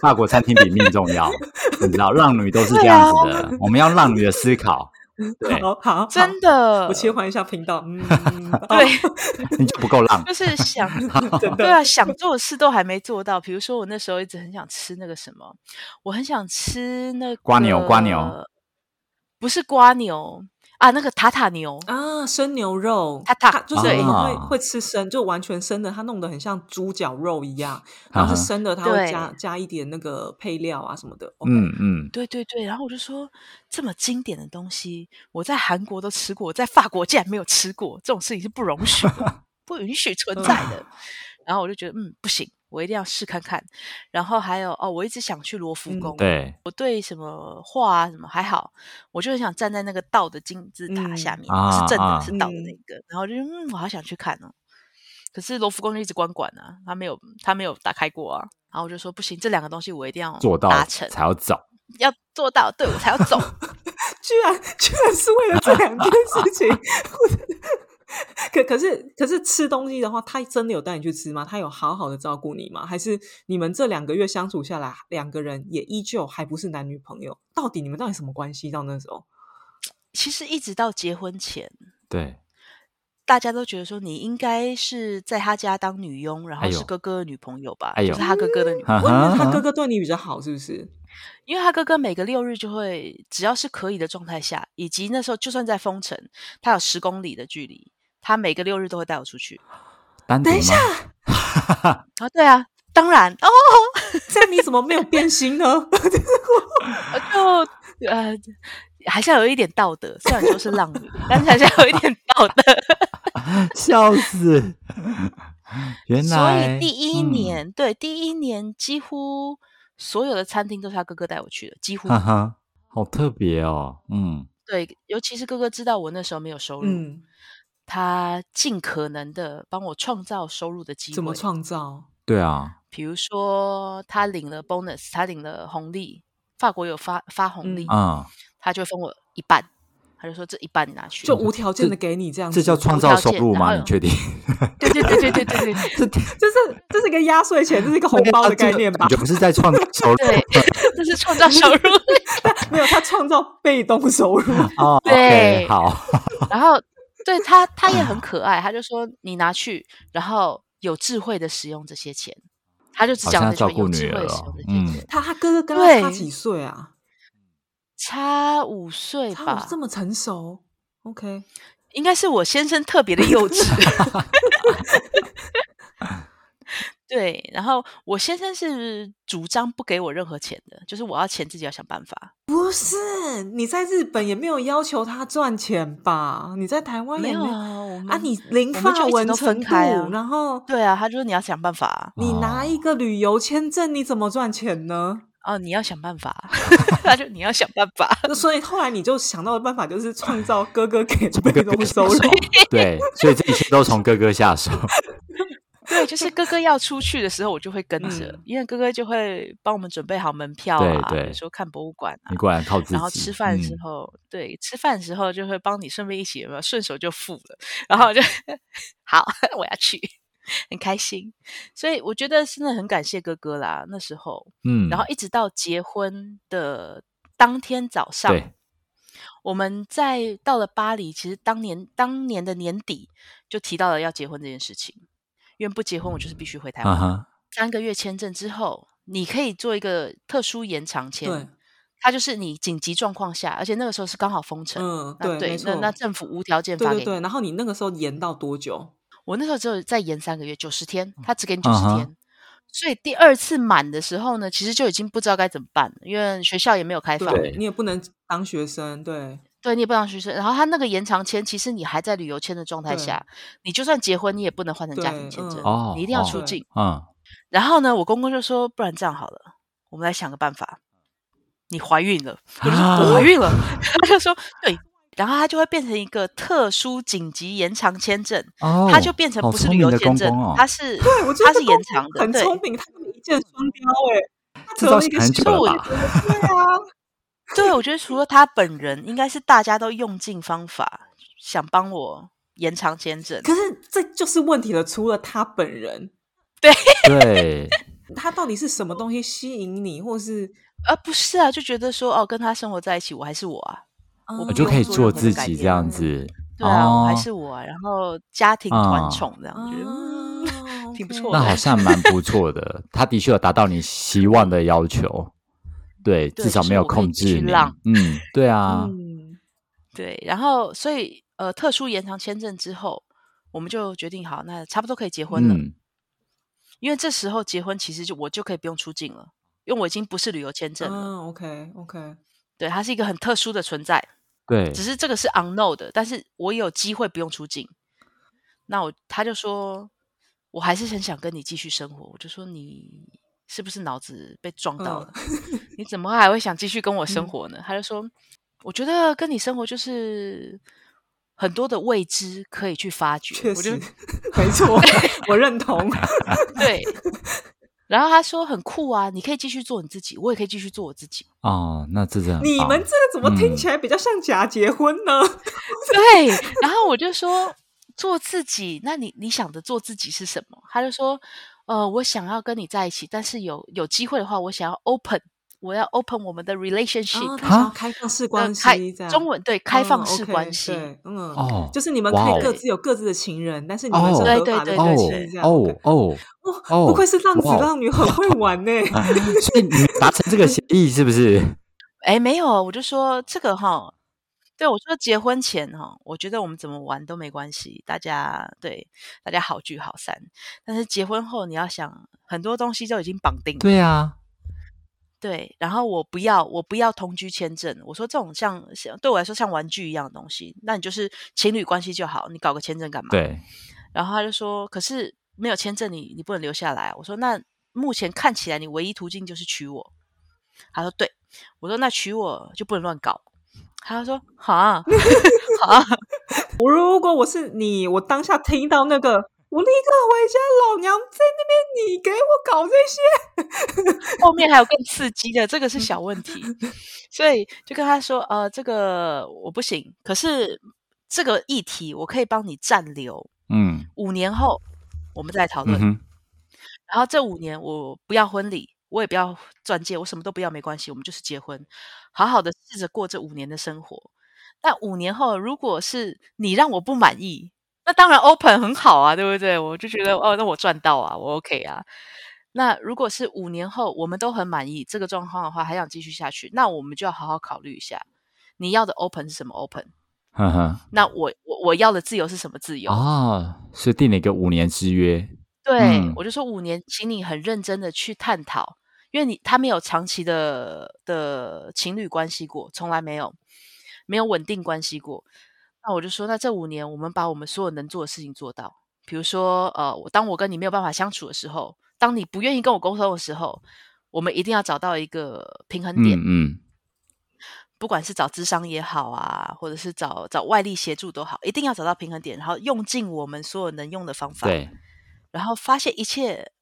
Speaker 2: 法国餐厅比命重要，你知道，浪女都是这样子的，我们要浪女的思考，对，
Speaker 1: 好好好，
Speaker 3: 真的，
Speaker 1: 我切换一下频道，嗯，
Speaker 3: 对，
Speaker 2: 你就不够浪
Speaker 3: 就是想，
Speaker 1: 哦，真
Speaker 3: 对
Speaker 1: 的，
Speaker 3: 啊，想做的事都还没做到。比如说，我那时候一直很想吃那个什么，我很想吃那个
Speaker 2: 瓜牛瓜牛，
Speaker 3: 不是瓜牛啊，那个塔塔牛，
Speaker 1: 啊，生牛肉，
Speaker 3: 它烫
Speaker 1: 就是
Speaker 2: 对
Speaker 1: 我们会
Speaker 2: 啊
Speaker 1: 会吃生，就完全生的，它弄得很像猪脚肉一样，然后
Speaker 2: 啊哈
Speaker 1: 是生的，它会
Speaker 3: 对
Speaker 1: 加加一点那个配料啊什么的。OK，
Speaker 2: 嗯嗯，
Speaker 3: 对对对，然后我就说，这么经典的东西，我在韩国都吃过，我在法国竟然没有吃过，这种事情是不容许
Speaker 2: *laughs*
Speaker 3: 的，不允许
Speaker 2: 嗯
Speaker 3: 存在的。然后我就觉得，嗯，不行，我一定要试看看。然后还有哦，我一直想去罗浮
Speaker 1: 嗯
Speaker 3: 宫，
Speaker 2: 对
Speaker 3: 我对什么画啊什么还好，我就很想站在那个倒的金字塔下
Speaker 1: 嗯
Speaker 3: 面，不是
Speaker 2: 啊
Speaker 3: 正的，
Speaker 2: 啊
Speaker 3: 是倒的那
Speaker 1: 嗯
Speaker 3: 个。然后我就嗯，我好想去看哦。可是罗浮宫就一直关馆啊，他没有他没有打开过啊。然后我就说不行，这两个东西我一定要
Speaker 2: 做到
Speaker 3: 达成，
Speaker 2: 才要走。
Speaker 3: 要做到，对我才要走。 *laughs*
Speaker 1: 居然 *laughs* 居然是为了这两件事情，我真的可可是可是吃东西的话，他真的有带你去吃吗？他有好好的照顾你吗？还是你们这两个月相处下来，两个人也依旧还不是男女朋友？到底你们到底什么关系？到那时候，
Speaker 3: 其实一直到结婚前，
Speaker 2: 对，
Speaker 3: 大家都觉得说你应该是在他家当女佣，然后
Speaker 2: 哎呦
Speaker 3: 是哥哥的女朋友吧，
Speaker 2: 哎呦
Speaker 3: 就是他哥哥的女朋友，
Speaker 2: 哈
Speaker 1: 我以为他哥
Speaker 2: 哈，
Speaker 1: 哥对你比较好，是不是？ *laughs*
Speaker 3: 因为他哥哥每个六日就会，只要是可以的状态下，以及那时候就算在封城，他有十公里的距离，他每个六日都会带我出去。
Speaker 2: 单独
Speaker 1: 等一下
Speaker 2: 吗？
Speaker 1: *laughs*
Speaker 3: 啊，对啊，当然哦，
Speaker 1: 这样你怎么没有变心呢？
Speaker 3: 呃就呃，还是要有一点道德，虽然说是浪女，但是还是要有一点道德。
Speaker 2: 笑 *laughs* 死！原
Speaker 3: 所
Speaker 2: 来，
Speaker 3: 以第一
Speaker 2: 嗯，
Speaker 3: 年，对第一年几乎所有的餐厅都是他哥哥带我去的，几乎
Speaker 2: 嗯哈哈，好特别哦，嗯，
Speaker 3: 对，尤其是哥哥知道我那时候没有收入，
Speaker 1: 嗯，
Speaker 3: 他尽可能的帮我创造收入的机会。
Speaker 1: 怎么创造？
Speaker 2: 对啊，
Speaker 3: 比如说他领了 bonus，他领了红利，法国有发发红利，
Speaker 1: 嗯
Speaker 2: 嗯，
Speaker 3: 他就分我一半，他就说这一半你拿去。
Speaker 1: 就无条件的给你这样子，
Speaker 2: 这叫创造收入吗？
Speaker 3: 无条件然后
Speaker 2: 你确定？
Speaker 3: 对对对对对对对 *laughs*
Speaker 1: 这是这是一个压岁钱，这是一个红包的概念吧
Speaker 2: *laughs* 这个感觉？不是在创造收入
Speaker 3: 对，这是创造收入。
Speaker 1: 没有，他创造被动收
Speaker 2: *laughs*
Speaker 1: 入。
Speaker 2: *laughs* 哦。
Speaker 3: 对
Speaker 2: OK，好，
Speaker 3: 然后对他他
Speaker 2: 啊
Speaker 3: 也很可爱，他就说你拿去，然后有智慧的使用这些钱。他就只
Speaker 2: 好
Speaker 3: 讲
Speaker 2: 像
Speaker 3: 了这句
Speaker 2: 照
Speaker 3: 话有
Speaker 2: 顾
Speaker 3: 智
Speaker 2: 女
Speaker 3: 慧
Speaker 2: 儿
Speaker 3: 的使
Speaker 2: 哦
Speaker 3: 用这，些
Speaker 2: 嗯
Speaker 3: 钱，，
Speaker 1: 他他哥哥跟他差
Speaker 3: 对
Speaker 1: 几岁啊？
Speaker 3: 差五岁
Speaker 1: 差
Speaker 3: 吧
Speaker 1: 五，这么成熟？OK，
Speaker 3: 应该是我先生特别的幼稚。 *laughs* 对，然后我先生是主张不给我任何钱的，就是我要钱自己要想办法。
Speaker 1: 不是你在日本也没有要求他赚钱吧？你在台湾
Speaker 3: 没
Speaker 1: 也
Speaker 3: 有
Speaker 1: 没有
Speaker 3: 啊，我们
Speaker 1: 啊？你零
Speaker 3: 我们
Speaker 1: 发
Speaker 3: 就一直
Speaker 1: 文
Speaker 3: 都
Speaker 1: 程
Speaker 3: 分
Speaker 1: 度，
Speaker 3: 开啊。
Speaker 1: 然后
Speaker 3: 对啊，他就说你要想办法啊
Speaker 1: 你拿一个旅游签证，你怎么赚钱呢？
Speaker 3: 哦，你要想办法 *laughs* 啊，他就你要想办法。
Speaker 1: 那所以后来你就想到的办法就是创造哥哥给的被
Speaker 2: 哥哥
Speaker 1: 动
Speaker 2: 下
Speaker 1: 收入
Speaker 2: 手。， *laughs* 对，所以这一切都从哥哥下手，
Speaker 3: 对，就是哥哥要出去的时候，我就会跟着，
Speaker 1: 嗯
Speaker 3: 因为哥哥就会帮我们准备好门票啊，
Speaker 2: 对对
Speaker 3: 比如说看博物馆啊
Speaker 2: 你，果然靠自己。
Speaker 3: 然后吃饭的时
Speaker 2: 嗯
Speaker 3: 候，对，吃饭的时候就会帮你顺便一起有没有顺手就付了，然后我就 *laughs* 好， *laughs* 我要去，很开心。所以我觉得真的很感谢哥哥啦，那时候，
Speaker 2: 嗯，
Speaker 3: 然后一直到结婚的当天早上，
Speaker 2: 对，
Speaker 3: 我们在到了巴黎，其实当年当年的年底就提到了要结婚这件事情，因为不结婚我就是必须回台
Speaker 1: 啊
Speaker 3: 湾。
Speaker 2: 嗯哼，
Speaker 3: 三个月签证之后，你可以做一个特殊延长签，
Speaker 1: 对，
Speaker 3: 它就是你紧急状况下，而且那个时候是刚好封城，
Speaker 1: 嗯，
Speaker 3: 那
Speaker 1: 对，没
Speaker 3: 那
Speaker 1: 错，
Speaker 3: 那政府无条件
Speaker 1: 对
Speaker 3: 发
Speaker 1: 对
Speaker 3: 给你。
Speaker 1: 对。然后你那个时候延到多久？
Speaker 3: 我那时候只有再延三个月，九十天，他只给你九十
Speaker 2: 嗯哼
Speaker 3: 天。所以第二次满的时候呢，其实就已经不知道该怎么办了，因为学校也没有开放，
Speaker 1: 对你也不能当学生，对，
Speaker 3: 对你也不当学生。然后他那个延长签，其实你还在旅游签的状态
Speaker 1: 对
Speaker 3: 下，你就算结婚，你也不能换成家庭
Speaker 1: 对
Speaker 3: 签证，
Speaker 1: 嗯
Speaker 2: 哦
Speaker 3: 你一定要
Speaker 2: 哦
Speaker 3: 出
Speaker 1: 对
Speaker 3: 境。
Speaker 2: 嗯，
Speaker 3: 然后呢，我公公就说：“不然这样好了，我们来想个办法。你怀孕了，我就说
Speaker 2: 啊
Speaker 3: 我怀孕了，他就说对，然后他就会变成一个特殊紧急延长签证，
Speaker 2: 哦，
Speaker 3: 他就变成
Speaker 2: 好
Speaker 3: 不是
Speaker 2: 聪
Speaker 3: 旅
Speaker 2: 明
Speaker 3: 游
Speaker 2: 的
Speaker 3: 签
Speaker 2: 公
Speaker 3: 证，
Speaker 2: 公哦
Speaker 3: 他是
Speaker 1: 对，我觉得
Speaker 3: 他是
Speaker 1: 公
Speaker 3: 延
Speaker 1: 公
Speaker 3: 长的，
Speaker 1: 很
Speaker 3: 对
Speaker 1: 聪明，他们一箭双雕哎，他
Speaker 2: 这
Speaker 1: 得
Speaker 2: 招
Speaker 1: 了一个
Speaker 2: 很
Speaker 1: 新
Speaker 2: 久
Speaker 1: 的
Speaker 3: 所
Speaker 2: 了
Speaker 3: 以我
Speaker 2: 吧？
Speaker 1: 对
Speaker 2: *laughs*
Speaker 1: 啊，
Speaker 3: 对，我觉得除了他本人，应该是大家都用尽方法想帮我延长签证。
Speaker 1: 可是这就是问题了，除了他本人，
Speaker 2: 对，
Speaker 1: 他到底是什么东西吸引你，或是
Speaker 3: 而不是啊，就觉得说哦，跟他生活在一起，我还是我啊，
Speaker 1: 呃
Speaker 3: 我
Speaker 2: 我
Speaker 3: 不
Speaker 2: 就
Speaker 3: 用
Speaker 2: 可以
Speaker 3: 做
Speaker 2: 做
Speaker 3: 任何的
Speaker 2: 自
Speaker 3: 改
Speaker 2: 己这
Speaker 3: 变
Speaker 2: 样子。
Speaker 3: 对啊，我还
Speaker 2: 哦
Speaker 3: 是我啊，然后家庭团
Speaker 2: 嗯
Speaker 3: 宠这样，我觉得嗯
Speaker 1: 啊
Speaker 3: *laughs* 挺不
Speaker 1: OK
Speaker 3: 错
Speaker 2: 那
Speaker 3: 的
Speaker 2: 好像蛮不错的，他的确有达到你希望的要求，对，
Speaker 3: 对
Speaker 2: 至少
Speaker 3: 就是
Speaker 2: 没有
Speaker 3: 我可以
Speaker 2: 控
Speaker 3: 继续
Speaker 2: 制你
Speaker 3: 浪。
Speaker 2: 嗯，对啊，
Speaker 3: *laughs*
Speaker 1: 嗯，
Speaker 3: 对，然后所以呃，特殊延长签证之后，我们就决定好，那差不多可以结婚了，
Speaker 2: 嗯，
Speaker 3: 因为这时候结婚其实就我就可以不用出境了，因为我已经不是旅游签证了。
Speaker 1: 嗯，OK
Speaker 3: *laughs*
Speaker 1: OK，
Speaker 3: 对，它是一个很特殊的存在，
Speaker 2: 对，
Speaker 3: 只是这个是 unknown 的，但是我有机会不用出境。那我他就说，我还是很想跟你继续生活。我就说你是不是脑子被撞
Speaker 1: 嗯
Speaker 3: 到了？ *laughs* 你怎么还会想继续跟我生
Speaker 1: 嗯
Speaker 3: 活呢？他就说，我觉得跟你生活就是很多的未知可以去发掘。
Speaker 1: 确
Speaker 3: 我就
Speaker 1: 实，没
Speaker 3: *laughs*
Speaker 1: 错，我认
Speaker 2: *laughs*
Speaker 1: 同。 *laughs*
Speaker 3: 对。然后他说很酷啊，你可以继续做你自己，我也可以继续做我自己。
Speaker 2: 哦，那这真的很
Speaker 1: 你
Speaker 2: 棒
Speaker 1: 们这个怎么
Speaker 2: 嗯
Speaker 1: 听起来比较像假结婚呢？
Speaker 3: *laughs* 对，然后我就说做自己，那你你想的做自己是什么？他就说，呃，我想要跟你在一起，但是有有机会的话，我想要 open，我要 open 我们的 relationship，、
Speaker 1: 哦，他想要
Speaker 2: 哈
Speaker 1: 开放式
Speaker 3: 呃
Speaker 1: 关
Speaker 3: 开
Speaker 1: 系，这样
Speaker 3: 中文对开放
Speaker 1: 嗯
Speaker 3: 式
Speaker 1: OK，
Speaker 3: 关系。
Speaker 1: 对嗯，
Speaker 2: 哦，
Speaker 1: 就是你们
Speaker 2: 哇
Speaker 1: 可
Speaker 2: 哦
Speaker 1: 以各自有各自的情人，但是你
Speaker 2: 哦
Speaker 1: 们是合
Speaker 3: 对
Speaker 1: 法的
Speaker 3: 对
Speaker 1: 关
Speaker 3: 对
Speaker 1: 系
Speaker 3: 对
Speaker 1: 这样。
Speaker 2: 哦哦
Speaker 1: 哦，
Speaker 2: 哦，
Speaker 1: 不愧是浪子
Speaker 2: 哇哦
Speaker 1: 浪女，很会玩呢。 *laughs*
Speaker 2: 啊所以你们达成这个协议是不是？
Speaker 3: 哎，没有，我就说这个哈，对我说结婚前哈，我觉得我们怎么玩都没关系，大家对大家好聚好散。但是结婚后，你要想很多东西都已经绑定了。
Speaker 2: 对啊，
Speaker 3: 对，然后我不要，我不要同居签证。我说这种像像对我来说像玩具一样的东西，那你就是情侣关系就好，你搞个签证干嘛？。
Speaker 2: 对，
Speaker 3: 然后他就说，可是没有签证你你不能留下来啊。我说那目前看起来你唯一途径就是娶我。他说对，我说那娶我就不能乱搞。他说哈哈，
Speaker 1: 我如果我是你，我当下听到那个，我立刻回家，老娘在那边，你给我搞这些，
Speaker 3: 后面还有更刺激的，这个是小问题，所以就跟他说，呃，这个我不行，可是这个议题我可以帮你暂留，
Speaker 2: 嗯
Speaker 3: 五年后我们再讨论
Speaker 2: 嗯。哼，
Speaker 3: 然后这五年我不要婚礼，我也不要钻戒，我什么都不要，没关系，我们就是结婚，好好的试着过这五年的生活。那五年后，如果是你让我不满意，那当然 open 很好啊，对不对？我就觉得哦，那我赚到啊，我 OK 啊。那如果是五年后我们都很满意这个状况的话，还想继续下去，那我们就要好好考虑一下，你要的 open 是什么 open？
Speaker 2: 呵呵，
Speaker 3: 那我我我要的自由是什么自由？
Speaker 2: 哦，所以定了一个五年之约，
Speaker 3: 对，
Speaker 2: 嗯
Speaker 3: 我就说五年，请你很认真的去探讨，因为你他没有长期的的情侣关系过，从来没有，没有稳定关系过。那我就说，那这五年我们把我们所有能做的事情做到，比如说，呃，我当我跟你没有办法相处的时候，当你不愿意跟我沟通的时候，我们一定要找到一个平衡点，
Speaker 2: 嗯嗯，
Speaker 3: 不管是找智商也好啊，或者是找找外力协助都好，一定要找到平衡点，然后用尽我们所有能用的方法。
Speaker 2: 对，
Speaker 3: 然后发现一切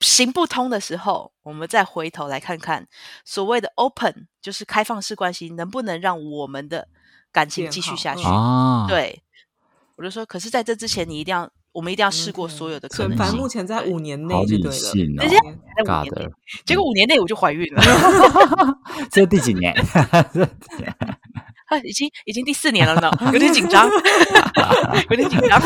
Speaker 3: 行不通的时候，我们再回头来看看所谓的 open，就是开放式关系，能不能让我们的感情
Speaker 1: 变
Speaker 3: 继续
Speaker 1: 好
Speaker 3: 下
Speaker 1: 嗯
Speaker 3: 去？
Speaker 2: 啊，，
Speaker 3: 对，我就说，可是在这之前，你一定要，我们一定要试过
Speaker 1: OK
Speaker 3: 所有的可
Speaker 1: 沈
Speaker 3: 能
Speaker 1: 凡
Speaker 3: 性。
Speaker 1: 目前在
Speaker 3: 对
Speaker 1: 五年
Speaker 2: 好
Speaker 1: 内就
Speaker 2: 理
Speaker 1: 对了。
Speaker 2: 性哦
Speaker 3: 直接在五
Speaker 2: 尬
Speaker 3: 年内
Speaker 2: 的，，
Speaker 3: 结果五年内我就怀孕了，
Speaker 1: 嗯
Speaker 2: 这第几年？
Speaker 3: *laughs*
Speaker 2: *laughs*
Speaker 3: 啊已经已经第四年了呢，有点
Speaker 1: *laughs*
Speaker 3: 紧张，有点紧张。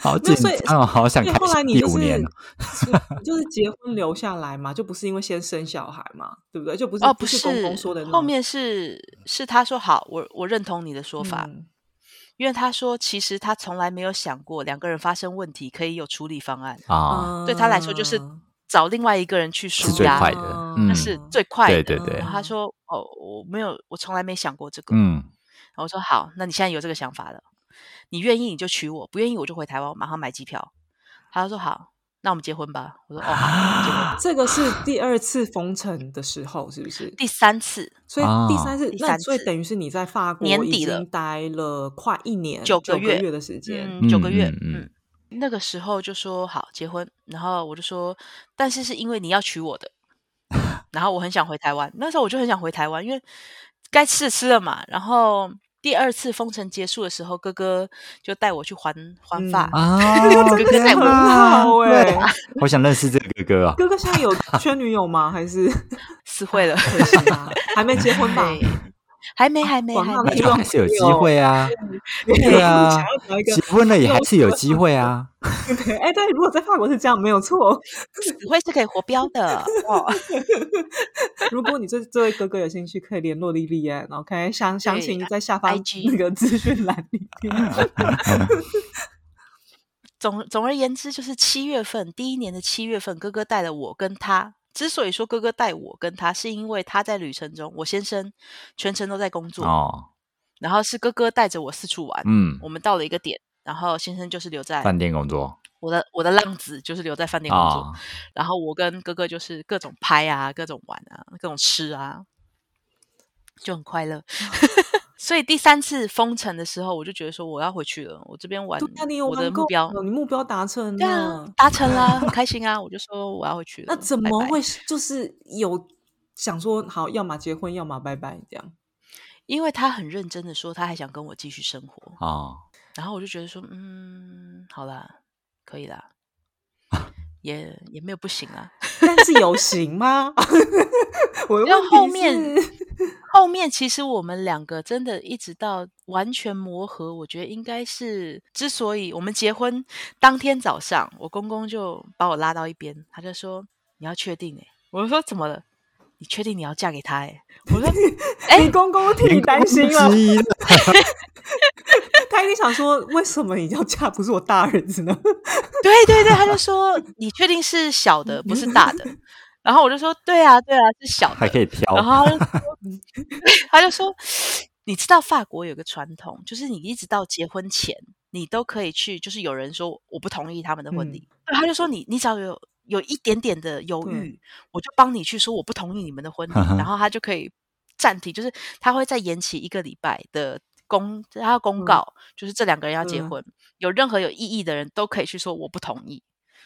Speaker 2: 好
Speaker 1: 没
Speaker 2: 紧
Speaker 1: 有所以
Speaker 2: 张哦，好想
Speaker 1: 所以
Speaker 2: 开
Speaker 1: 后来
Speaker 2: 始
Speaker 1: 你
Speaker 2: 第
Speaker 1: 就
Speaker 2: 五
Speaker 1: 是
Speaker 2: 年了。
Speaker 1: *laughs* 是就是结婚留下来嘛，就不是因为先生小孩嘛，对不对？就不是
Speaker 3: 哦，
Speaker 1: 不
Speaker 3: 不
Speaker 1: 是
Speaker 3: 是
Speaker 1: 公公说的那种
Speaker 3: 后面是是他说好，我我认同你的说法，
Speaker 1: 嗯
Speaker 3: 因为他说，其实他从来没有想过两个人发生问题可以有处理方案，
Speaker 2: 啊，
Speaker 3: 对他来说就是
Speaker 1: 嗯
Speaker 3: 找另外一个人去
Speaker 2: 是
Speaker 3: 舒
Speaker 2: 最
Speaker 3: 压，
Speaker 2: 快
Speaker 3: 那、
Speaker 2: 的
Speaker 1: 哦，
Speaker 2: 嗯，
Speaker 3: 是最快的。
Speaker 2: 对对对
Speaker 3: 然，后他说：“哦，我没有，我从来没想过这个。
Speaker 2: 嗯，
Speaker 3: 然后我说：“好，那你现在有这个想法了，你愿意你就娶我，不愿意我就回台湾，我马上买机票。”他说：“好，那我们结婚吧。”我说：“哦，
Speaker 2: 啊
Speaker 3: 好，结婚。
Speaker 1: 啊这个是第二次封城的时候，是不是”？
Speaker 3: 第三次
Speaker 1: 所以
Speaker 2: 啊
Speaker 1: 第三次，
Speaker 3: 第
Speaker 1: 那
Speaker 3: 三
Speaker 1: 所以
Speaker 3: 次
Speaker 1: 等于是你在法国
Speaker 3: 年
Speaker 1: 已
Speaker 3: 底了
Speaker 1: 经待了快一年
Speaker 3: 九
Speaker 1: 个
Speaker 3: 个月
Speaker 1: 月的时间，
Speaker 3: 嗯，九个月，
Speaker 2: 嗯嗯
Speaker 3: 嗯，那个时候就说好结婚，然后我就说，但是是因为你要娶
Speaker 2: *laughs*
Speaker 3: 我的，然后我很想回台湾，那时候我就很想回台湾，因为该吃的吃了嘛。然后第二次封城结束的时候，哥哥就带我去还还发，
Speaker 1: 嗯
Speaker 2: 啊，
Speaker 3: 哥哥
Speaker 2: 天
Speaker 3: 带我
Speaker 2: 哪
Speaker 1: 很好欸
Speaker 3: 啊
Speaker 2: 对好想认识这个哥哥啊，
Speaker 1: 哥哥现在有圈女友吗？还
Speaker 3: *laughs*
Speaker 1: 是
Speaker 3: 死会了，
Speaker 1: 可惜啊，还没结婚吧？
Speaker 3: *laughs* 对，还没还没
Speaker 1: 广
Speaker 3: 还
Speaker 1: 告
Speaker 2: 那
Speaker 3: 没
Speaker 1: 听
Speaker 2: 就
Speaker 1: 众
Speaker 2: 还是有
Speaker 1: 朋
Speaker 2: 机
Speaker 1: 友
Speaker 2: 会啊，对
Speaker 1: *laughs*
Speaker 2: 啊
Speaker 1: 想要找一个
Speaker 2: 结婚了也还是有机会啊，
Speaker 1: 对，哎，对，如果在法国是这样，没有错。
Speaker 3: 死会是可以活标的哦。
Speaker 1: 如果你对这位哥哥有兴趣，可以联络莉莉安，OK？详详
Speaker 3: 对
Speaker 1: 情
Speaker 3: ，I-
Speaker 1: 在下方
Speaker 3: IG
Speaker 1: 那个资讯栏里面。
Speaker 3: 总总而言之，就是七月份第一年的七月份，哥哥带了我跟他。之所以说哥哥带我跟他，是因为他在旅程中，我先生全程都在工作，
Speaker 2: 哦，
Speaker 3: 然后是哥哥带着我四处玩。
Speaker 2: 嗯，
Speaker 3: 我们到了一个点，然后先生就是留在
Speaker 2: 饭店工作
Speaker 3: 我的我的浪子就是留在饭店工作，
Speaker 1: 哦
Speaker 2: 啊，
Speaker 3: 然后我跟哥哥就是各种
Speaker 1: *laughs*
Speaker 3: 拍啊，各种玩啊，各种吃啊，就很快乐。所以第三次封城的时候，我就觉得说我要回去了，我这边玩
Speaker 1: 对啊，你有
Speaker 3: 我的
Speaker 1: 玩
Speaker 3: 目
Speaker 1: 够
Speaker 3: 标，
Speaker 1: 了，你目标达成
Speaker 3: 对啊
Speaker 1: 了，，
Speaker 3: 达成啦，
Speaker 1: *laughs*
Speaker 3: 很开心啊！我就说我要回去了。
Speaker 1: 那怎
Speaker 3: 拜
Speaker 1: 么
Speaker 3: 拜
Speaker 1: 会是就是有想说好，要么结婚，要么拜拜这样？
Speaker 3: 因为他很认真的说，他还想跟我继续生活。
Speaker 2: 哦，
Speaker 3: 然后我就觉得说，嗯，好啦，可以
Speaker 1: *laughs*
Speaker 3: 啦，也也没有不行啊。
Speaker 1: 但是有行吗？ *laughs* 我的
Speaker 3: 因为
Speaker 1: 问
Speaker 3: 后
Speaker 1: 题
Speaker 3: 面
Speaker 1: 是
Speaker 3: 后面其实我们两个真的一直到完全磨合，我觉得应该是之所以我们结婚当天早上，我公公就把我拉到一边，他就说你要确定哎、我就说怎么了？你确定你要嫁给他哎、我说哎、
Speaker 1: 你公公替你担心了，
Speaker 2: 之一了，
Speaker 1: 他一定想说，为什么你要嫁不是我大儿子呢？ *laughs*
Speaker 3: *laughs* 对对对，他就说你确定是小的不是大的？然后我就说对啊对啊是小
Speaker 2: 还
Speaker 3: 的
Speaker 2: 可。以挑，
Speaker 3: 然后他就说
Speaker 1: *laughs*
Speaker 3: 嗯他就说，你知道法国有个传统，就是你一直到结婚前，你都可以去，就是有人说我不同意他们的婚
Speaker 1: 嗯
Speaker 3: 礼，他就说你你只要有有一点点的犹
Speaker 1: 对
Speaker 3: 豫，我就帮你去说我不同意你们的婚礼，然后他就可以暂停，就是他会再延期一个礼拜的。公他要公
Speaker 1: 嗯
Speaker 3: 告，就是这两个人要结
Speaker 1: 嗯
Speaker 3: 婚，有任何有异议的人都可以去说我不同意，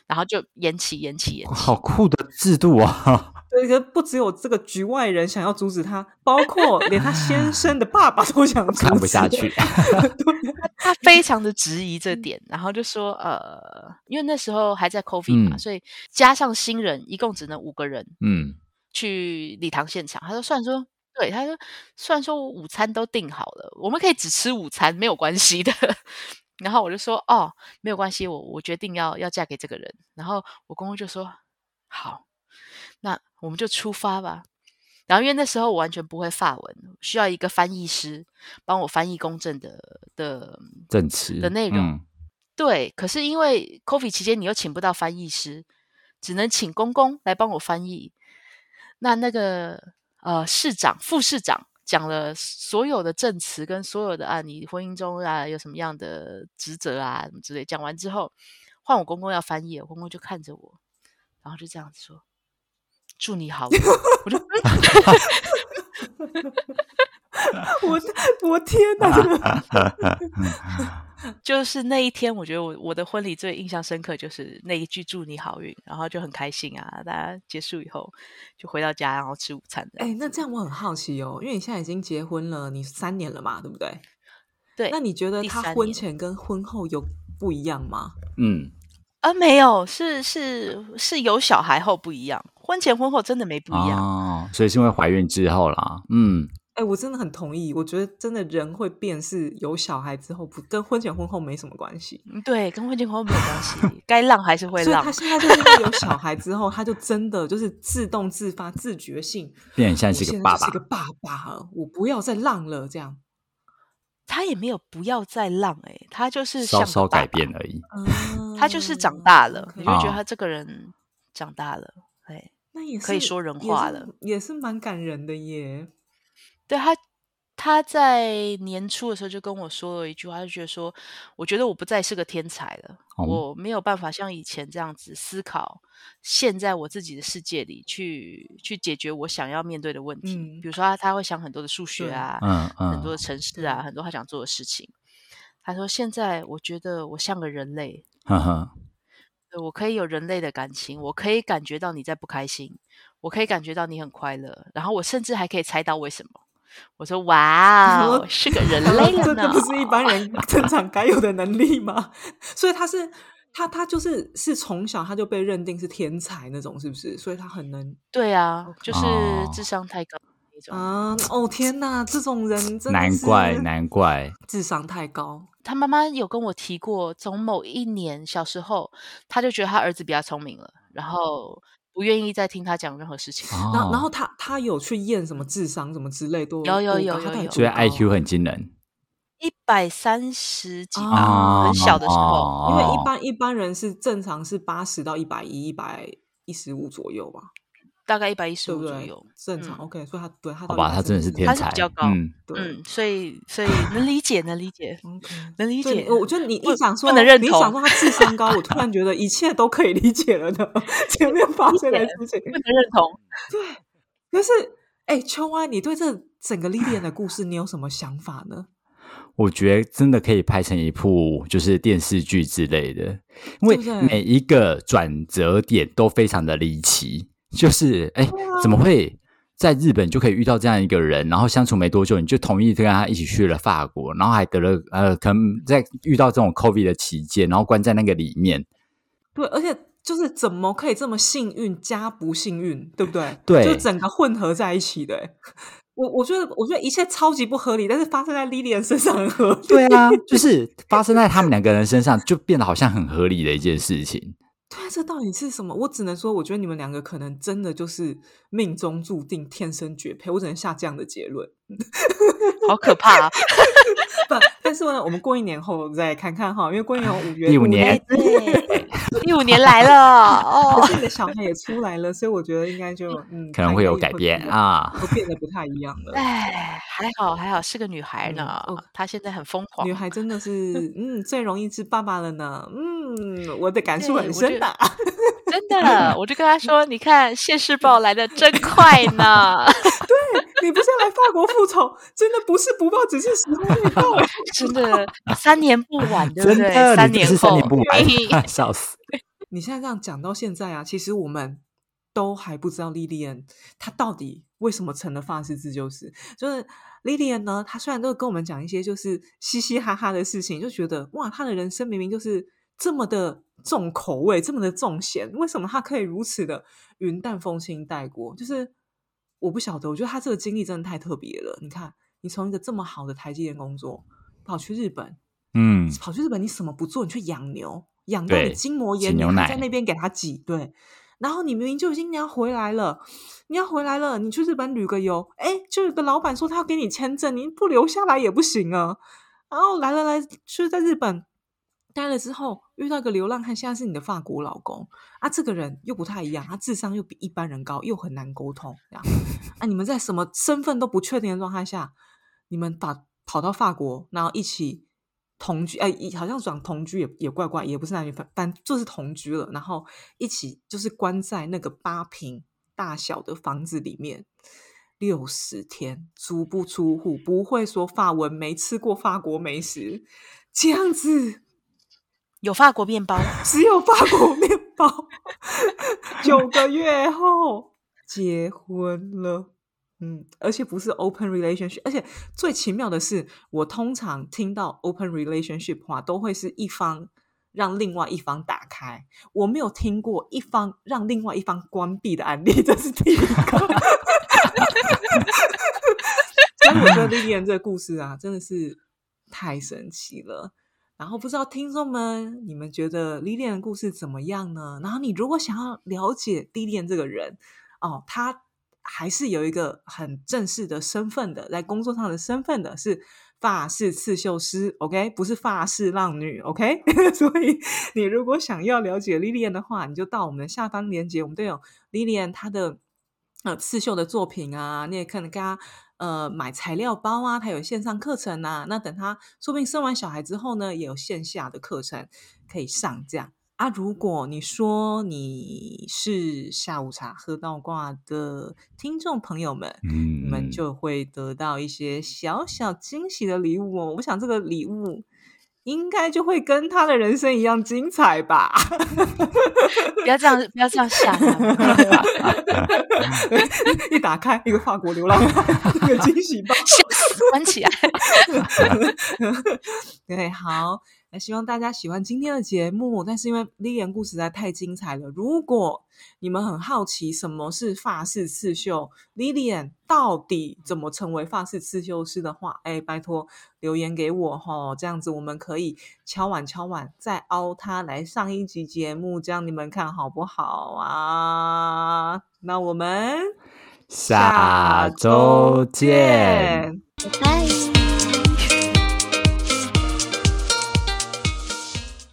Speaker 3: 然后就延期、延期、延期。
Speaker 2: 好酷的制度啊！
Speaker 1: 对，可是不只有这个局外人想要阻止他，包括连他
Speaker 3: 啊
Speaker 1: 先生的爸爸都
Speaker 3: *laughs*
Speaker 1: 想阻止，
Speaker 2: 看不下
Speaker 1: *laughs*
Speaker 2: 去。
Speaker 3: 他非常的质疑这点，然后就说呃，因为那时候还在 COVID 嘛，
Speaker 2: 嗯
Speaker 3: 所以加上新人一共只能五个人
Speaker 2: 嗯，
Speaker 3: 去礼堂现场。他说，虽然说对，他说虽然说我午餐都订好了，我们可以只吃午餐，没有关系的。 *laughs* 然后我就说哦，没有关系，我我决定要要嫁给这个人。然后我公公就说好，那我们就出发吧。然后因为那时候我完全不会法文，需要一个翻译师帮我翻译公正的的
Speaker 2: 正词
Speaker 3: 的内容
Speaker 2: 嗯
Speaker 3: 对，可是因为 COVID 期间你又请不到翻译师，只能请公公来帮我翻译。那那个呃市长、副市长讲了所有的证词跟所有的啊，你婚姻中啊有什么样的职责啊什么之类，讲完之后，换我公公要翻译，我公公就看着我，然后就这样子说：“祝你好运。”我就、 *laughs* 嗯、
Speaker 1: 我的我天哪！
Speaker 3: 啊
Speaker 1: 真的
Speaker 3: 就是那一天，我觉得我我的婚礼最印象深刻就是那一句“祝你好运”，然后就很开心啊。大家结束以后就回到家，然后吃午餐的。
Speaker 1: 哎、那这样我很好奇哦，因为你现在已经结婚了，你三年了嘛，对不对？
Speaker 3: 对，
Speaker 1: 那你觉得
Speaker 3: 第
Speaker 1: 他
Speaker 3: 三
Speaker 1: 婚
Speaker 3: 年
Speaker 1: 前跟婚后有不一样吗？
Speaker 2: 嗯，
Speaker 3: 啊没有，是是是有小孩后不一样，婚前婚后真的没不一样。
Speaker 2: 哦，所以是因为怀孕之后啦，嗯，
Speaker 1: 哎、我真的很同意，我觉得真的人会变，是有小孩之后不跟婚前婚后没什么关系。
Speaker 3: 嗯对，跟婚前婚后没有关系，该浪还是会
Speaker 1: 所以
Speaker 3: 浪
Speaker 1: 他。现在就是因为有小孩之后，他就真的就是自动自发、自觉性，
Speaker 2: 变得像
Speaker 1: 我
Speaker 2: 是一
Speaker 1: 现在
Speaker 2: 个爸
Speaker 1: 就是
Speaker 2: 爸
Speaker 1: 一个爸爸了，我不要再浪了，这样。
Speaker 3: 他也没有不要再浪哎、他就是
Speaker 2: 稍
Speaker 3: 像个
Speaker 2: 稍
Speaker 3: 爸
Speaker 2: 改
Speaker 3: 爸
Speaker 2: 变而已。
Speaker 3: 啊他就是长大了，
Speaker 1: 嗯 OK
Speaker 3: 你就会觉得
Speaker 2: 哦
Speaker 3: 他这个人长大了。对，
Speaker 1: 那也是
Speaker 3: 可以说人
Speaker 1: 也
Speaker 3: 话
Speaker 1: 是
Speaker 3: 了
Speaker 1: 也是蛮感人的耶。
Speaker 3: 对他，他在年初的时候就跟我说了一句话，他就觉得说，我觉得我不再是个天才了，
Speaker 2: 哦
Speaker 3: 我没有办法像以前这样子思考，陷在我自己的世界里去去解决我想要面对的问题。
Speaker 1: 嗯
Speaker 3: 比如说他，他会想很多的数学
Speaker 1: 对
Speaker 3: 啊，
Speaker 2: 嗯
Speaker 3: 很多的
Speaker 2: 嗯，
Speaker 3: 城市啊，很多他想做的事情。他说：“现在我觉得我像个人类，
Speaker 2: 呵呵，
Speaker 3: 对我可以有人类的感情，我可以感觉到你在不开心，我可以感觉到你很快乐，然后我甚至还可以猜到为什么。我说
Speaker 1: *laughs*
Speaker 3: 哇
Speaker 1: 我
Speaker 3: 哦，是个人
Speaker 1: 然后
Speaker 3: 类了
Speaker 1: 这这
Speaker 3: 呢
Speaker 1: 不！是一般
Speaker 3: *laughs*
Speaker 1: 人正常该有的能力吗？ *laughs* 所以他是他他就是是从小他就被认定是天才那种，是不是？所以他很能
Speaker 3: 对啊，就是
Speaker 2: 哦
Speaker 3: 智商太高的那种。
Speaker 1: 啊！哦天哪，这种人真的
Speaker 2: 难
Speaker 1: 是
Speaker 2: 怪难怪，
Speaker 1: 智商太高。
Speaker 3: 他妈妈有跟我提过，从某一年小时候，他就觉得他儿子比较聪明了，然后不愿意再听他讲任何事情。
Speaker 1: 然后然后
Speaker 2: 哦，
Speaker 1: 他他有去验什么智商什么之类都
Speaker 3: 有有
Speaker 1: 多
Speaker 3: 有
Speaker 1: 高
Speaker 3: 有
Speaker 1: 他到底
Speaker 3: 有
Speaker 2: 所以
Speaker 1: 多高啊
Speaker 2: IQ 很惊人
Speaker 3: 一百三十几吧，
Speaker 1: 啊
Speaker 2: 哦，
Speaker 3: 很小的时候，
Speaker 1: 因为一
Speaker 2: 哦
Speaker 1: 般一般人是正常是八十到一百一、一百一十五左右吧，
Speaker 3: 大概一百一十
Speaker 1: 对
Speaker 3: 五
Speaker 1: 不
Speaker 3: 左
Speaker 1: 对
Speaker 3: 右。？
Speaker 1: 正常、
Speaker 3: 嗯
Speaker 1: OK，所以他对他到
Speaker 2: 好吧，
Speaker 1: 130
Speaker 2: 他真的是天
Speaker 3: 他是
Speaker 2: 才
Speaker 3: 比较，高
Speaker 2: 嗯，
Speaker 1: 对、
Speaker 3: 嗯，所以所以能理解，能理解，
Speaker 1: o k
Speaker 3: 能理
Speaker 1: 所以
Speaker 3: 解
Speaker 1: 你。我觉得你
Speaker 3: *laughs* 不
Speaker 1: 一讲说
Speaker 3: 不能认
Speaker 1: 你一讲
Speaker 3: 同
Speaker 1: 说他智商高，我突然觉得一切都可以 *laughs* 理解了的前面发生的事情
Speaker 3: 不。能认同。
Speaker 1: 可是哎，秋安，你对这整个莉莉安的故事，你有什么想法呢？
Speaker 2: 我觉得真的可以拍成一部就是电视剧之类的，因
Speaker 1: 对
Speaker 2: 为
Speaker 1: 不对
Speaker 2: 每一个转折点都非常的离奇。就是哎、
Speaker 3: 啊
Speaker 2: 怎么会在日本就可以遇到这样一个人，然后相处没多久你就同意跟他一起去了法国，然后还得了呃，可能在遇到这种 COVID 的期间，然后关在那个里面，
Speaker 1: 对，而且就是怎么可以这么幸运加不幸运，对不对？
Speaker 2: 对
Speaker 1: 就整个混合在一起的、欸。 *laughs* 我我觉得，我觉得一切超级不合理，但是发生在 Lilian 身上很合理。 *laughs*
Speaker 2: 对啊，就是发生在他们两个人身上，就变得好像很合理的一件事情。
Speaker 1: 对啊，这到底是什么？我只能说，我觉得你们两个可能真的就是命中注定，天生绝配。我只能下这样的结论。 *laughs*
Speaker 3: 好可怕、 *laughs* 啊！
Speaker 1: 不，但是呢，我们过一年后再看看哈，因为过一年后五月
Speaker 2: 第五
Speaker 1: 五
Speaker 2: 年
Speaker 1: 那
Speaker 3: 对，第哎五年来 *laughs* 了
Speaker 1: 可
Speaker 3: 哦，
Speaker 1: 是你的小孩也出来了，所以我觉得应该就嗯，
Speaker 2: 可能会有改变，啊。
Speaker 1: 都变得不太一样了。
Speaker 3: 哎，还好还好是个女孩呢
Speaker 1: 嗯哦，
Speaker 3: 她现在很疯狂 *laughs*
Speaker 1: 女。孩真的是，嗯，最容易是爸爸了呢。嗯，我的感触
Speaker 3: 对
Speaker 1: 很
Speaker 3: 我
Speaker 1: 深
Speaker 3: 觉
Speaker 1: 呐、 *laughs*
Speaker 3: 真的，我就跟他说：“你看《现世报》来的真快呢，
Speaker 1: 你不是要来法国复仇？真的不是不报，只是时候未
Speaker 2: *laughs*
Speaker 1: 到。
Speaker 3: *laughs* 真的三年不晚，对不
Speaker 2: 真
Speaker 3: 对？
Speaker 2: 的，
Speaker 3: 三
Speaker 2: 你真
Speaker 3: 年
Speaker 2: 是
Speaker 3: 后，
Speaker 2: 三年不晚，
Speaker 3: 嘿
Speaker 2: *laughs* 笑死！
Speaker 1: 你现在这样讲到现在啊，其实我们都还不知道莉莉安她到底为什么成了发式自救师。就是莉莉安呢，她虽然都跟我们讲一些就是嘻嘻哈哈的事情，就觉得哇，她的人生明明就是这么的重口味，这么的重咸，为什么她可以如此的云淡风轻带过？就是我不晓得，我觉得她这个经历真的太特别了。你看，你从一个这么好的台积电工作跑去日本，
Speaker 2: 嗯，
Speaker 1: 跑去日本你什么不做？你去养牛，养到你
Speaker 2: 对
Speaker 1: 筋膜
Speaker 2: 挤
Speaker 1: 炎，
Speaker 2: 牛
Speaker 1: 你还
Speaker 2: 奶
Speaker 1: 在那边给它挤，对。然后你明明就已经你要回来了，你要回来了，你去日本旅个游，哎，就有个老板说他要给你签证，你不留下来也不行啊。然后来了来，就是在日本待了之后，遇到一个流浪汉，现在是你的法国老公啊，这个人又不太一样，他智商又比一般人高，又很难沟通，这样啊，你们在什么身份都不确定的状态下，你们把跑到法国，然后一起同居，哎，一好像讲同居也也怪怪，也不是男女，反反就是同居了，然后一起就是关在那个八平大小的房子里面。六十天足不出户，不会说法文，没吃过法国美食，这样子
Speaker 3: *laughs* 有法国面包，
Speaker 1: 只有法国面包。 *laughs* 九个月后结婚了，嗯，而且不是 open relationship，而且最奇妙的是，我通常听到 open relationship 话，都会是一方让另外一方打开，我没有听过一方让另外一方关闭的案例，这是第一个。 *laughs* 所以我觉得莉莉安这个故事啊，真的是太神奇了。然后不知道听众们，你们觉得莉莉安的故事怎么样呢？然后你如果想要了解莉莉安这个人，哦，她还是有一个很正式的身份的，在工作上的身份的是发式刺绣师，OK，不是发式浪女，OK 。 *laughs* 所以你如果想要了解莉莉安的话，你就到我们的下方链接，我们都有莉莉安她的呃刺绣的作品啊，你也可能跟她呃买材料包啊，她有线上课程啊。那等她说不定生完小孩之后呢，也有线下的课程可以上这样。啊，如果你说你是下午茶喝到挂的听众朋友们，
Speaker 2: 嗯，
Speaker 1: 你们就会得到一些小小惊喜的礼物哦。我想这个礼物应该就会跟他的人生一样精彩吧。 *laughs*
Speaker 3: 不要这样，不要这样想啊， *laughs*
Speaker 1: 一打开，一个法国流浪汉， *laughs* 一个惊喜包。
Speaker 3: 关起来。
Speaker 1: 对，好，那希望大家喜欢今天的节目。但是因为莉莲故事实在太精彩了，如果你们很好奇什么是发式刺绣，莉莲到底怎么成为发式刺绣师的话，哎，拜托留言给我吼，这样子我们可以敲碗敲碗再凹它来上一集节目，这样你们看好不好啊？那我们
Speaker 2: 下周见。
Speaker 1: 见。
Speaker 3: *laughs*
Speaker 4: 拜。